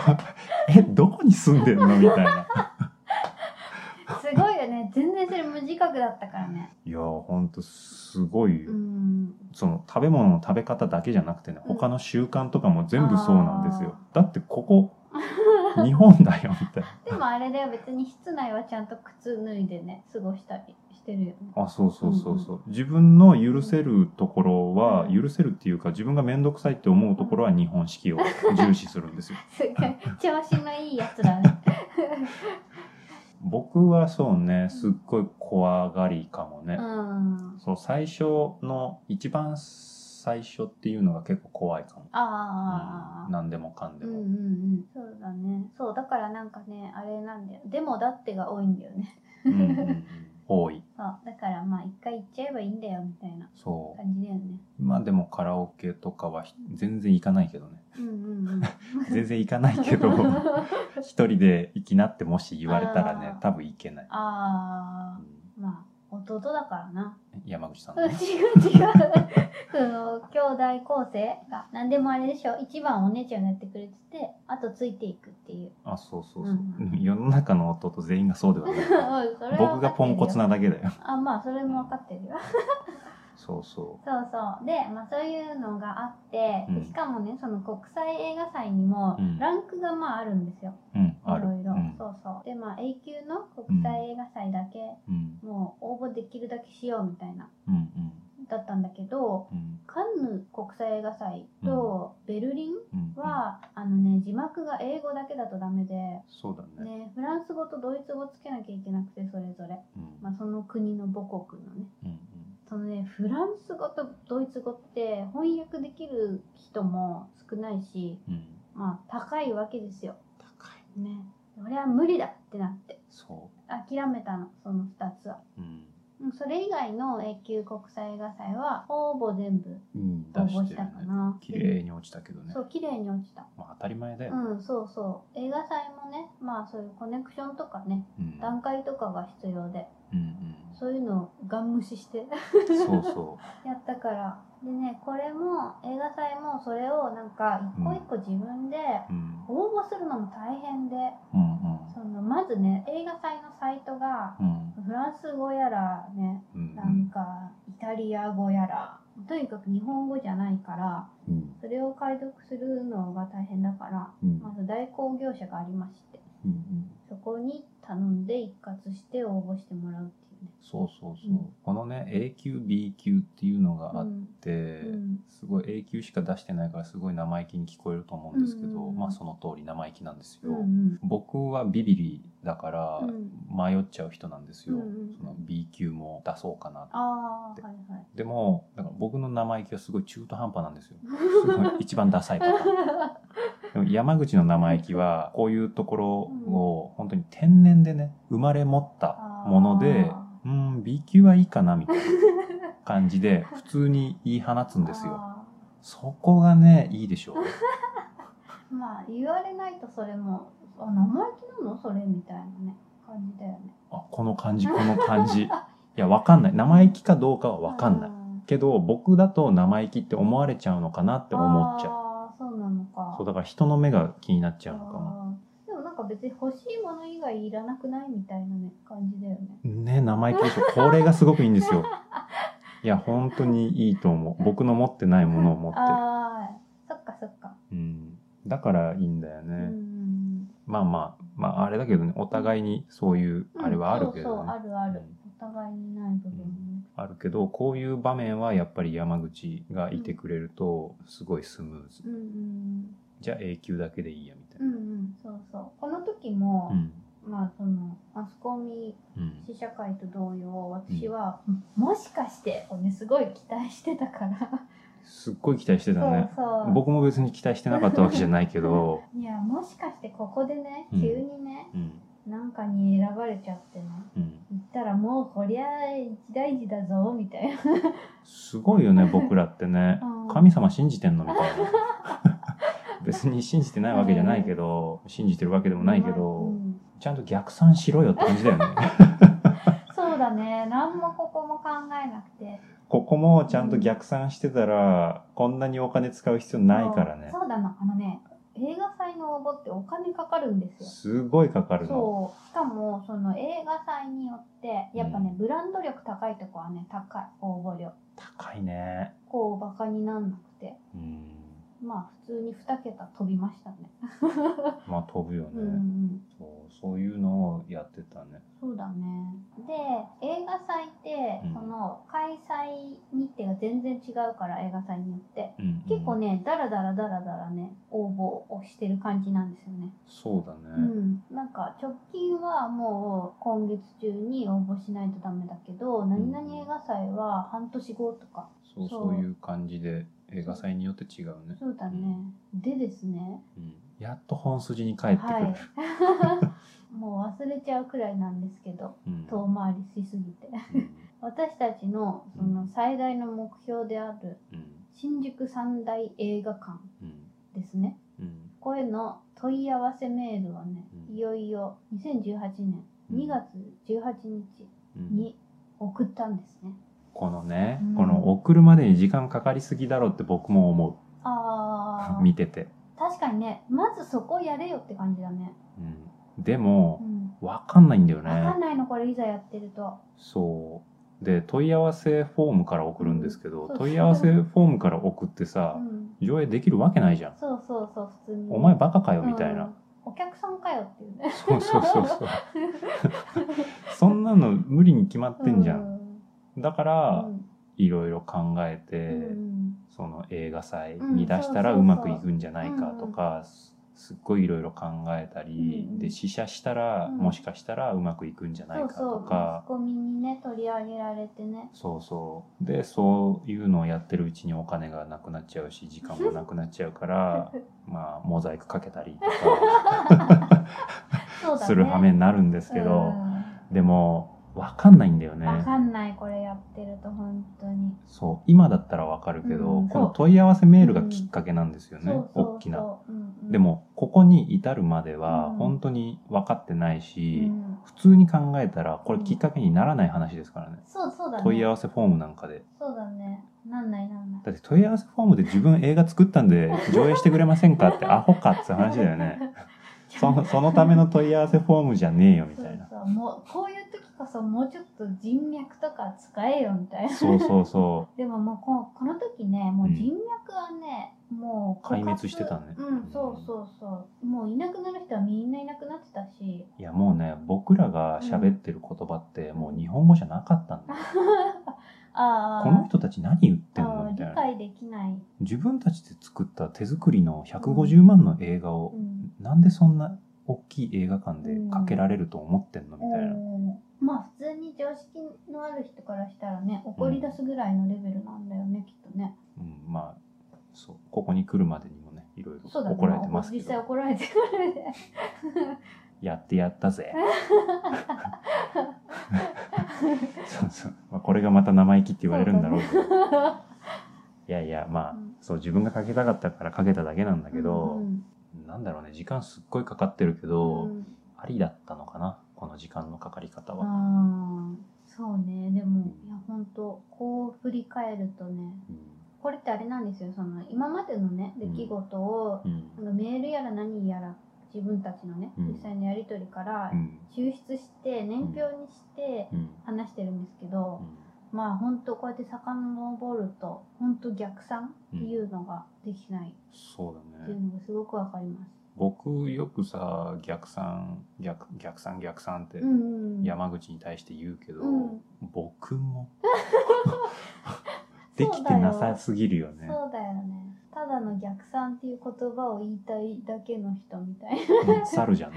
[SPEAKER 1] え、どこに住んでんのみたいな。
[SPEAKER 2] すごいよね全然それ無自覚だったからね
[SPEAKER 1] いや、ほんと、すごいよ。
[SPEAKER 2] うん
[SPEAKER 1] その食べ物の食べ方だけじゃなくてね、
[SPEAKER 2] うん
[SPEAKER 1] 他の習慣とかも全部そうなんですよ。だってこ こ、日本だよみたい
[SPEAKER 2] でもあれだよ別に室内はちゃんと靴脱いでね過ごしたりしてるよね
[SPEAKER 1] な。あ、そうそうそうそう。自分の許せるところは、
[SPEAKER 2] うん
[SPEAKER 1] 許せるっていうか自分が面倒くさいって思うところは日本 式を重視するんですよ。
[SPEAKER 2] すごい調子のいいやつだね
[SPEAKER 1] 僕はそうね、すっごい怖がりかもね
[SPEAKER 2] う。ん
[SPEAKER 1] そう、最初の、一番最初っていうのが結構怖いかも。
[SPEAKER 2] ああ、
[SPEAKER 1] うん何でもかんで
[SPEAKER 2] うんう
[SPEAKER 1] も。
[SPEAKER 2] んうんそうだねそうだからなんかねあれなんだよでもだってが多いんだよね
[SPEAKER 1] うんうんうん、多い
[SPEAKER 2] そうだからまあ一回行っちゃえばいいんだよみたいな
[SPEAKER 1] そう
[SPEAKER 2] 感じだよね
[SPEAKER 1] 今でもカラオケとかはひ全然行かないけど ね
[SPEAKER 2] うんうんうん
[SPEAKER 1] 全然行かないけど 一人で行きなってもし言われたらね
[SPEAKER 2] あー
[SPEAKER 1] 多分行けない、
[SPEAKER 2] あ
[SPEAKER 1] う
[SPEAKER 2] あ
[SPEAKER 1] ん
[SPEAKER 2] まあ弟だからな
[SPEAKER 1] 山口さん
[SPEAKER 2] 違う
[SPEAKER 1] の
[SPEAKER 2] 違う
[SPEAKER 1] ね
[SPEAKER 2] その兄弟構成が何でもあれでしょ一番お姉ちゃんがやってくれててあとついていくっていう
[SPEAKER 1] あそうそうそう、
[SPEAKER 2] うん
[SPEAKER 1] 世の中の弟全員がそうではない
[SPEAKER 2] うんそれは分かってるよ
[SPEAKER 1] 僕がポンコツなだけだよ
[SPEAKER 2] あまあそれも分かってるよ
[SPEAKER 1] そうそ
[SPEAKER 2] そうそうで、まあ、そういうのがあって、で
[SPEAKER 1] うん
[SPEAKER 2] しかもねその国際映画祭にも
[SPEAKER 1] うん
[SPEAKER 2] ランクがまああるんですよ、
[SPEAKER 1] ううんあ
[SPEAKER 2] い
[SPEAKER 1] る
[SPEAKER 2] ろいろ、
[SPEAKER 1] うん
[SPEAKER 2] そうそうでまあ永久の国際映画祭だけ、
[SPEAKER 1] うん
[SPEAKER 2] もう応募できるだけしようみたいな
[SPEAKER 1] うん
[SPEAKER 2] だったんだけど
[SPEAKER 1] うんうん
[SPEAKER 2] カンヌ国際映画祭とベルリン
[SPEAKER 1] うん
[SPEAKER 2] は、あのね字幕が英語だけだとダメで、
[SPEAKER 1] そうだね
[SPEAKER 2] ね、フランス語とドイツ語つけなきゃいけなくてそれぞれ、
[SPEAKER 1] うん
[SPEAKER 2] まあ、その国の母国のね
[SPEAKER 1] うん
[SPEAKER 2] そのね、フランス語とドイツ語って翻訳できる人も少ないし、
[SPEAKER 1] うんうん
[SPEAKER 2] まあ高いわけですよ。
[SPEAKER 1] 高い
[SPEAKER 2] ね。俺は無理だってなって
[SPEAKER 1] そ
[SPEAKER 2] 諦めたの、その2つは。
[SPEAKER 1] ううん
[SPEAKER 2] うんそれ以外の永久国際映画祭はほぼ全部
[SPEAKER 1] うん
[SPEAKER 2] 応
[SPEAKER 1] 出
[SPEAKER 2] 募
[SPEAKER 1] し
[SPEAKER 2] してた
[SPEAKER 1] る
[SPEAKER 2] か
[SPEAKER 1] ね
[SPEAKER 2] な。
[SPEAKER 1] 綺麗に落ちたけどね
[SPEAKER 2] そう、綺麗に落ちた。
[SPEAKER 1] まあ当たり前だよ、
[SPEAKER 2] うん、そうそう。映画祭もね、まあそういうコネクションとかね、
[SPEAKER 1] うんうん
[SPEAKER 2] 段階とかが必要で、
[SPEAKER 1] うん、
[SPEAKER 2] そういうのをガン無視して
[SPEAKER 1] そうそ
[SPEAKER 2] やったからでねこれも映画祭もそれをなんか一個一個自分で
[SPEAKER 1] う、うん、
[SPEAKER 2] 応募するのも大変で
[SPEAKER 1] うん
[SPEAKER 2] そのまずね映画祭のサイトが
[SPEAKER 1] うんうん
[SPEAKER 2] フランス語やらね
[SPEAKER 1] う
[SPEAKER 2] なん
[SPEAKER 1] ん
[SPEAKER 2] かイタリア語やらとにかく日本語じゃないから
[SPEAKER 1] うん
[SPEAKER 2] それを解読するのが大変だから
[SPEAKER 1] うん
[SPEAKER 2] まず代行業者がありまして
[SPEAKER 1] うん
[SPEAKER 2] そこに頼んで一括して応募してもらうっていうね。
[SPEAKER 1] そうそうそう、
[SPEAKER 2] うん
[SPEAKER 1] このね A 級 B 級っていうのがあ
[SPEAKER 2] う
[SPEAKER 1] っ
[SPEAKER 2] ん
[SPEAKER 1] て、
[SPEAKER 2] うん
[SPEAKER 1] すごい A 級しか出してないからすごい生意気に聞こえると思うんですけど、
[SPEAKER 2] うんうんうん
[SPEAKER 1] まあその通り生意気なんです
[SPEAKER 2] う
[SPEAKER 1] よ、
[SPEAKER 2] ん
[SPEAKER 1] 僕はビビリだから
[SPEAKER 2] うん
[SPEAKER 1] 迷っちゃう人なんですよ、
[SPEAKER 2] うんうん
[SPEAKER 1] その B 級も出そうかなと
[SPEAKER 2] ああはいはい。
[SPEAKER 1] でもだから僕の生意気はすごい中途半端なんですよすごい一番ダサいパターンでも山口の生意気はこういうところを本当に天然でね生まれ持ったもので
[SPEAKER 2] あ
[SPEAKER 1] うーん B 級はいいかなみたいな感じで普通に言い放つんですよ
[SPEAKER 2] あ
[SPEAKER 1] そこがねいいでしょう
[SPEAKER 2] ーまあ言われないとそれもあ生意気なのそれみたいなね感じだよね
[SPEAKER 1] あこの感じこの感じいやわかんない生意気かどうかはわかんない
[SPEAKER 2] い
[SPEAKER 1] けど僕だと生意気って思われちゃうのかなって思っちゃう
[SPEAKER 2] ああそうなのか
[SPEAKER 1] そうだから人の目が気になっちゃうのかも
[SPEAKER 2] あーでもなんか別に欲しいもの以外いらなくないみたいなね感じだよね
[SPEAKER 1] ね生意気でしょこれがすごくいいんです よいや本当にいいと思う僕の持ってないものを持ってる
[SPEAKER 2] ああそっかそっか、
[SPEAKER 1] うん、だからいいんだよね、
[SPEAKER 2] うんうん
[SPEAKER 1] まあまあまああれだけどねお互いにそういう
[SPEAKER 2] うん
[SPEAKER 1] あれはあるけ
[SPEAKER 2] そ
[SPEAKER 1] ど、
[SPEAKER 2] うそう
[SPEAKER 1] ね
[SPEAKER 2] あるある、
[SPEAKER 1] うん
[SPEAKER 2] お互いにない部分もね、
[SPEAKER 1] あるけどこういう場面はやっぱり山口がいてくれるとすごいスムーズ、
[SPEAKER 2] うん、うん
[SPEAKER 1] じゃあ永久だけでいいやみたい
[SPEAKER 2] うんう
[SPEAKER 1] な、
[SPEAKER 2] んうんそうそうこの時も
[SPEAKER 1] う、ん
[SPEAKER 2] まあそのマスコミ
[SPEAKER 1] うん
[SPEAKER 2] 試写会と同様私は、もしかしてをねすごい期待してたから
[SPEAKER 1] すっごい期待してたね
[SPEAKER 2] そうそう
[SPEAKER 1] 僕も別に期待してなかったわけじゃないけ ど、
[SPEAKER 2] いやもしかしてここでね
[SPEAKER 1] うん
[SPEAKER 2] 急にね、
[SPEAKER 1] うん
[SPEAKER 2] なんかに選ばれちゃってね
[SPEAKER 1] うん、
[SPEAKER 2] 言ったらもうこりゃ一大事だぞみたいな
[SPEAKER 1] すごいよね僕らってね
[SPEAKER 2] うん
[SPEAKER 1] 神様信じてんのみたい な別に信じてないわけじゃないけど、信じてるわけでもないけど、
[SPEAKER 2] うん
[SPEAKER 1] ちゃんと逆算しろよって感じだよね
[SPEAKER 2] そうだね何もここも考えなくて
[SPEAKER 1] ここもちゃんと逆算してたら、こんなにお金使う必要ないからね
[SPEAKER 2] そうそうだなあのね映画祭の応募ってお金かかるんですよ
[SPEAKER 1] すごいかかるの
[SPEAKER 2] そうしかもその映画祭によってやっぱね、
[SPEAKER 1] うん
[SPEAKER 2] ブランド力高いとこはね高い応募料
[SPEAKER 1] 高いね
[SPEAKER 2] こうバカになんなくて
[SPEAKER 1] うん
[SPEAKER 2] まあ普通に2桁飛びましたね
[SPEAKER 1] まあ飛ぶよね、
[SPEAKER 2] うんうん
[SPEAKER 1] そうそういうのをやってたね
[SPEAKER 2] そうだねで映画祭って、
[SPEAKER 1] うん
[SPEAKER 2] その開催日程が全然違うから映画祭によって
[SPEAKER 1] うんうん
[SPEAKER 2] 結構ねダラダラダラダラね応募をしてる感じなんですよね
[SPEAKER 1] そうだね、
[SPEAKER 2] うん、なんか直近はもう今月中に応募しないとダメだけど、何々映画祭は半年後とか
[SPEAKER 1] そう
[SPEAKER 2] そ
[SPEAKER 1] そうういう感じで映画祭によって違うね、
[SPEAKER 2] そうだね、でですね
[SPEAKER 1] うんやっと本筋に帰ってくる、
[SPEAKER 2] はいもう忘れちゃうくらいなんですけど
[SPEAKER 1] うん
[SPEAKER 2] 遠回りしすぎて
[SPEAKER 1] うん
[SPEAKER 2] 私たちのその最大の目標である
[SPEAKER 1] うん
[SPEAKER 2] 新宿三大映画館
[SPEAKER 1] うん
[SPEAKER 2] ですね
[SPEAKER 1] うん
[SPEAKER 2] これの問い合わせメールをね、
[SPEAKER 1] うん
[SPEAKER 2] いよいよ2018年2月18日
[SPEAKER 1] うん
[SPEAKER 2] に送ったんですね。
[SPEAKER 1] このね、
[SPEAKER 2] うん
[SPEAKER 1] この送るまでに時間かかりすぎだろうって僕も思
[SPEAKER 2] あ
[SPEAKER 1] う
[SPEAKER 2] ー
[SPEAKER 1] 見てて、
[SPEAKER 2] 確かにねまずそこやれよって感じだね。
[SPEAKER 1] うん、で
[SPEAKER 2] う
[SPEAKER 1] も
[SPEAKER 2] ん、
[SPEAKER 1] わかんないんだよ
[SPEAKER 2] 分か
[SPEAKER 1] ね
[SPEAKER 2] んないのこれいざやってると。
[SPEAKER 1] そうで問い合わせフォームから送るんですけど、
[SPEAKER 2] うん
[SPEAKER 1] 問い合わせフォームから送って
[SPEAKER 2] う
[SPEAKER 1] さ、
[SPEAKER 2] ん、
[SPEAKER 1] 上映できるわけないじゃん
[SPEAKER 2] そうそうそう普通に。
[SPEAKER 1] お前バカかよみたいな、
[SPEAKER 2] うんお客さんかよっていうね。
[SPEAKER 1] そうそうそうそうそんなの無理に決まってんじゃん、だから、いろいろ考えて、
[SPEAKER 2] うんうん
[SPEAKER 1] その映画祭
[SPEAKER 2] うん
[SPEAKER 1] に出したら
[SPEAKER 2] そうそうそう
[SPEAKER 1] うまくいくんじゃないかとか、すすっごいいろいろ考えたり、
[SPEAKER 2] うん
[SPEAKER 1] で試写したら、
[SPEAKER 2] うん
[SPEAKER 1] もしかしたらうまくいくんじゃない
[SPEAKER 2] そう
[SPEAKER 1] か
[SPEAKER 2] そ
[SPEAKER 1] と
[SPEAKER 2] うマ
[SPEAKER 1] か
[SPEAKER 2] スコミにね取り上げられてね。
[SPEAKER 1] そうそうでそういうのをやってるうちにお金がなくなっちゃうし時間もなくなっちゃうから まあモザイクかけたりと
[SPEAKER 2] そうだ
[SPEAKER 1] か
[SPEAKER 2] ね。
[SPEAKER 1] する羽目になるんですけど、
[SPEAKER 2] うん
[SPEAKER 1] でもわかんないんだよね。
[SPEAKER 2] わかんないこれやってると本当に、
[SPEAKER 1] そう今だったらわかるけど、
[SPEAKER 2] うん
[SPEAKER 1] この問い合わせメールがきっかけなんですよね、
[SPEAKER 2] そうそうそう
[SPEAKER 1] 大きな。
[SPEAKER 2] うんうん
[SPEAKER 1] でもここに至るまでは
[SPEAKER 2] うん
[SPEAKER 1] 本当に分かってないうし、
[SPEAKER 2] ん
[SPEAKER 1] 普通に考えたらこれきっかけにならない話ですからね、
[SPEAKER 2] そうそうだね
[SPEAKER 1] 問い合わせフォームなんかで
[SPEAKER 2] そうだねなんないなんない
[SPEAKER 1] だって問い合わせフォームで自分映画作ったんで上映してくれませんか ってアホかって話だよね そのそのための問い合わせフォームじゃねえよみたいな
[SPEAKER 2] そうそうもうこういう時こそもうちょっと人脈とか使えよみたいな
[SPEAKER 1] そうそうそ
[SPEAKER 2] でももうここの時ねもううん人脈はね、もう
[SPEAKER 1] 壊滅してたね
[SPEAKER 2] うんそうそうそうもういなくなる人はみんないなくなってたし
[SPEAKER 1] ういやもうね僕らが喋ってる言葉ってもう日本語じゃなかったんだよ、
[SPEAKER 2] ああ
[SPEAKER 1] この人たち何言ってん
[SPEAKER 2] あ
[SPEAKER 1] の
[SPEAKER 2] ー
[SPEAKER 1] み
[SPEAKER 2] 理
[SPEAKER 1] たいな
[SPEAKER 2] 解できない、
[SPEAKER 1] 自分たちで作った手作りの150万の映画を、
[SPEAKER 2] うん、
[SPEAKER 1] なんでそんな大きい映画館でかけられると思ってんのみたいな、
[SPEAKER 2] うんまあ普通に常識のある人からしたらね怒り出すぐらいのレベルなんだよね、きっとね
[SPEAKER 1] うんまあそうここに来るまでにもねいろいろ
[SPEAKER 2] そうだね
[SPEAKER 1] 怒られてますけ
[SPEAKER 2] 実際
[SPEAKER 1] ど
[SPEAKER 2] 怒られてくるで
[SPEAKER 1] やってやった ぜそうそう、まあ、これがまた生意気って言われるんだろうけどいやいやまあ、
[SPEAKER 2] うん
[SPEAKER 1] そう自分がかけたかったからかけただけなんだけ
[SPEAKER 2] う
[SPEAKER 1] ど、
[SPEAKER 2] ん
[SPEAKER 1] なんだろうね時間すっごいかかってるけど、
[SPEAKER 2] うん
[SPEAKER 1] ありだったのかなこの時間のかかり方は、
[SPEAKER 2] あーそうねでもいや本当こう振り返るとね
[SPEAKER 1] うん
[SPEAKER 2] これってあれなんですよその今までのね出来事を、
[SPEAKER 1] うん
[SPEAKER 2] なんかメールやら何やら自分たちのね、
[SPEAKER 1] うん
[SPEAKER 2] 実際のやり取りから
[SPEAKER 1] うん
[SPEAKER 2] 抽出して年表にして
[SPEAKER 1] うん
[SPEAKER 2] 話してるんですけど、
[SPEAKER 1] うん
[SPEAKER 2] まあ本当こうやって遡ると本当逆算っていうのができない
[SPEAKER 1] そうだね
[SPEAKER 2] っていうのがすごくわかります。
[SPEAKER 1] 僕よくさ逆算逆逆算逆算って
[SPEAKER 2] うんうん、
[SPEAKER 1] 山口に対して言うけど、
[SPEAKER 2] うん
[SPEAKER 1] 僕 も
[SPEAKER 2] そ
[SPEAKER 1] で
[SPEAKER 2] うだ
[SPEAKER 1] き
[SPEAKER 2] よ
[SPEAKER 1] てなさすぎるよね。
[SPEAKER 2] そうだよね。ただの逆算っていう言葉を言いたいだけの人みたいな。
[SPEAKER 1] うん猿 じゃね、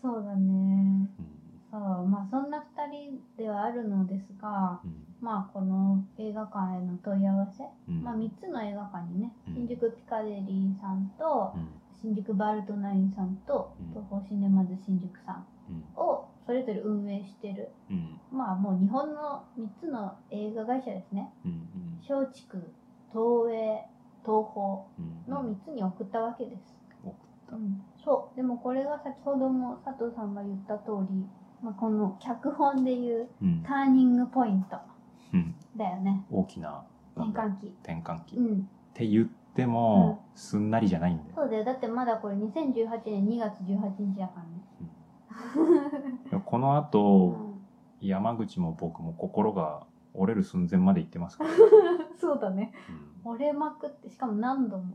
[SPEAKER 2] そうだね。
[SPEAKER 1] うん
[SPEAKER 2] そうまあそんな二人ではあるのですが、
[SPEAKER 1] うん
[SPEAKER 2] まあこの映画館への問い合わせ、
[SPEAKER 1] うん
[SPEAKER 2] まあ三つの映画館にね、
[SPEAKER 1] うん
[SPEAKER 2] 新宿ピカデリーさんと
[SPEAKER 1] う、ん
[SPEAKER 2] 新宿バルトナインさんと、
[SPEAKER 1] うん
[SPEAKER 2] 東宝シネマズ新宿さん
[SPEAKER 1] うん
[SPEAKER 2] をそれぞれ運営してる
[SPEAKER 1] うん
[SPEAKER 2] まあもう日本の3つの映画会社ですね
[SPEAKER 1] うんうん
[SPEAKER 2] 松竹東映東宝
[SPEAKER 1] うん
[SPEAKER 2] の3つに送ったわけです、
[SPEAKER 1] 送っ
[SPEAKER 2] う
[SPEAKER 1] た
[SPEAKER 2] ん、そうでもこれが先ほども佐藤さんが言った通り、まあ、この脚本でいう
[SPEAKER 1] うん
[SPEAKER 2] ターニングポイント
[SPEAKER 1] うん
[SPEAKER 2] だよね
[SPEAKER 1] 大きな
[SPEAKER 2] 転換期
[SPEAKER 1] 転換期、
[SPEAKER 2] う
[SPEAKER 1] っ
[SPEAKER 2] ん
[SPEAKER 1] て言っても、すんなりじゃないんだよ
[SPEAKER 2] そうだよだってまだこれ2018年2月18日だからね
[SPEAKER 1] でもこの
[SPEAKER 2] う
[SPEAKER 1] 後、
[SPEAKER 2] ん
[SPEAKER 1] 山口も僕も心が折れる寸前まで行ってますから、
[SPEAKER 2] そうだね
[SPEAKER 1] うん
[SPEAKER 2] 折れまくってしかも何度も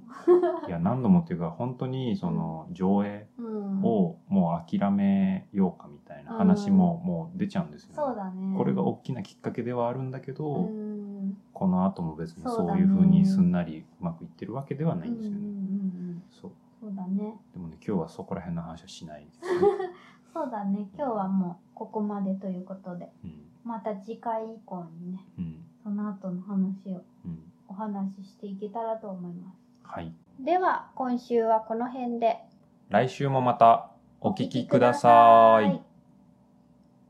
[SPEAKER 1] いや何度もっていうか本当にその上映
[SPEAKER 2] うん
[SPEAKER 1] をもう諦めようかみたいな話ももう出ちゃうんですよね。
[SPEAKER 2] そうだね
[SPEAKER 1] これが大きなきっかけではあるんだけど、
[SPEAKER 2] うん
[SPEAKER 1] この後も別に
[SPEAKER 2] そう
[SPEAKER 1] そ
[SPEAKER 2] だ
[SPEAKER 1] う
[SPEAKER 2] ね
[SPEAKER 1] いうふうにすんなりうまくいってるわけではないんですよね。
[SPEAKER 2] うんうん
[SPEAKER 1] そう
[SPEAKER 2] うんうん、そうだね
[SPEAKER 1] でもね今日はそこら辺の話はしない です、
[SPEAKER 2] そうだね今日はもうここまでということで
[SPEAKER 1] うん
[SPEAKER 2] また次回以降にね
[SPEAKER 1] うん
[SPEAKER 2] その後の話を
[SPEAKER 1] うん、
[SPEAKER 2] お話ししていけたらと思いま
[SPEAKER 1] はい
[SPEAKER 2] すでは今週はこの辺で
[SPEAKER 1] 来週もまたお聞きください。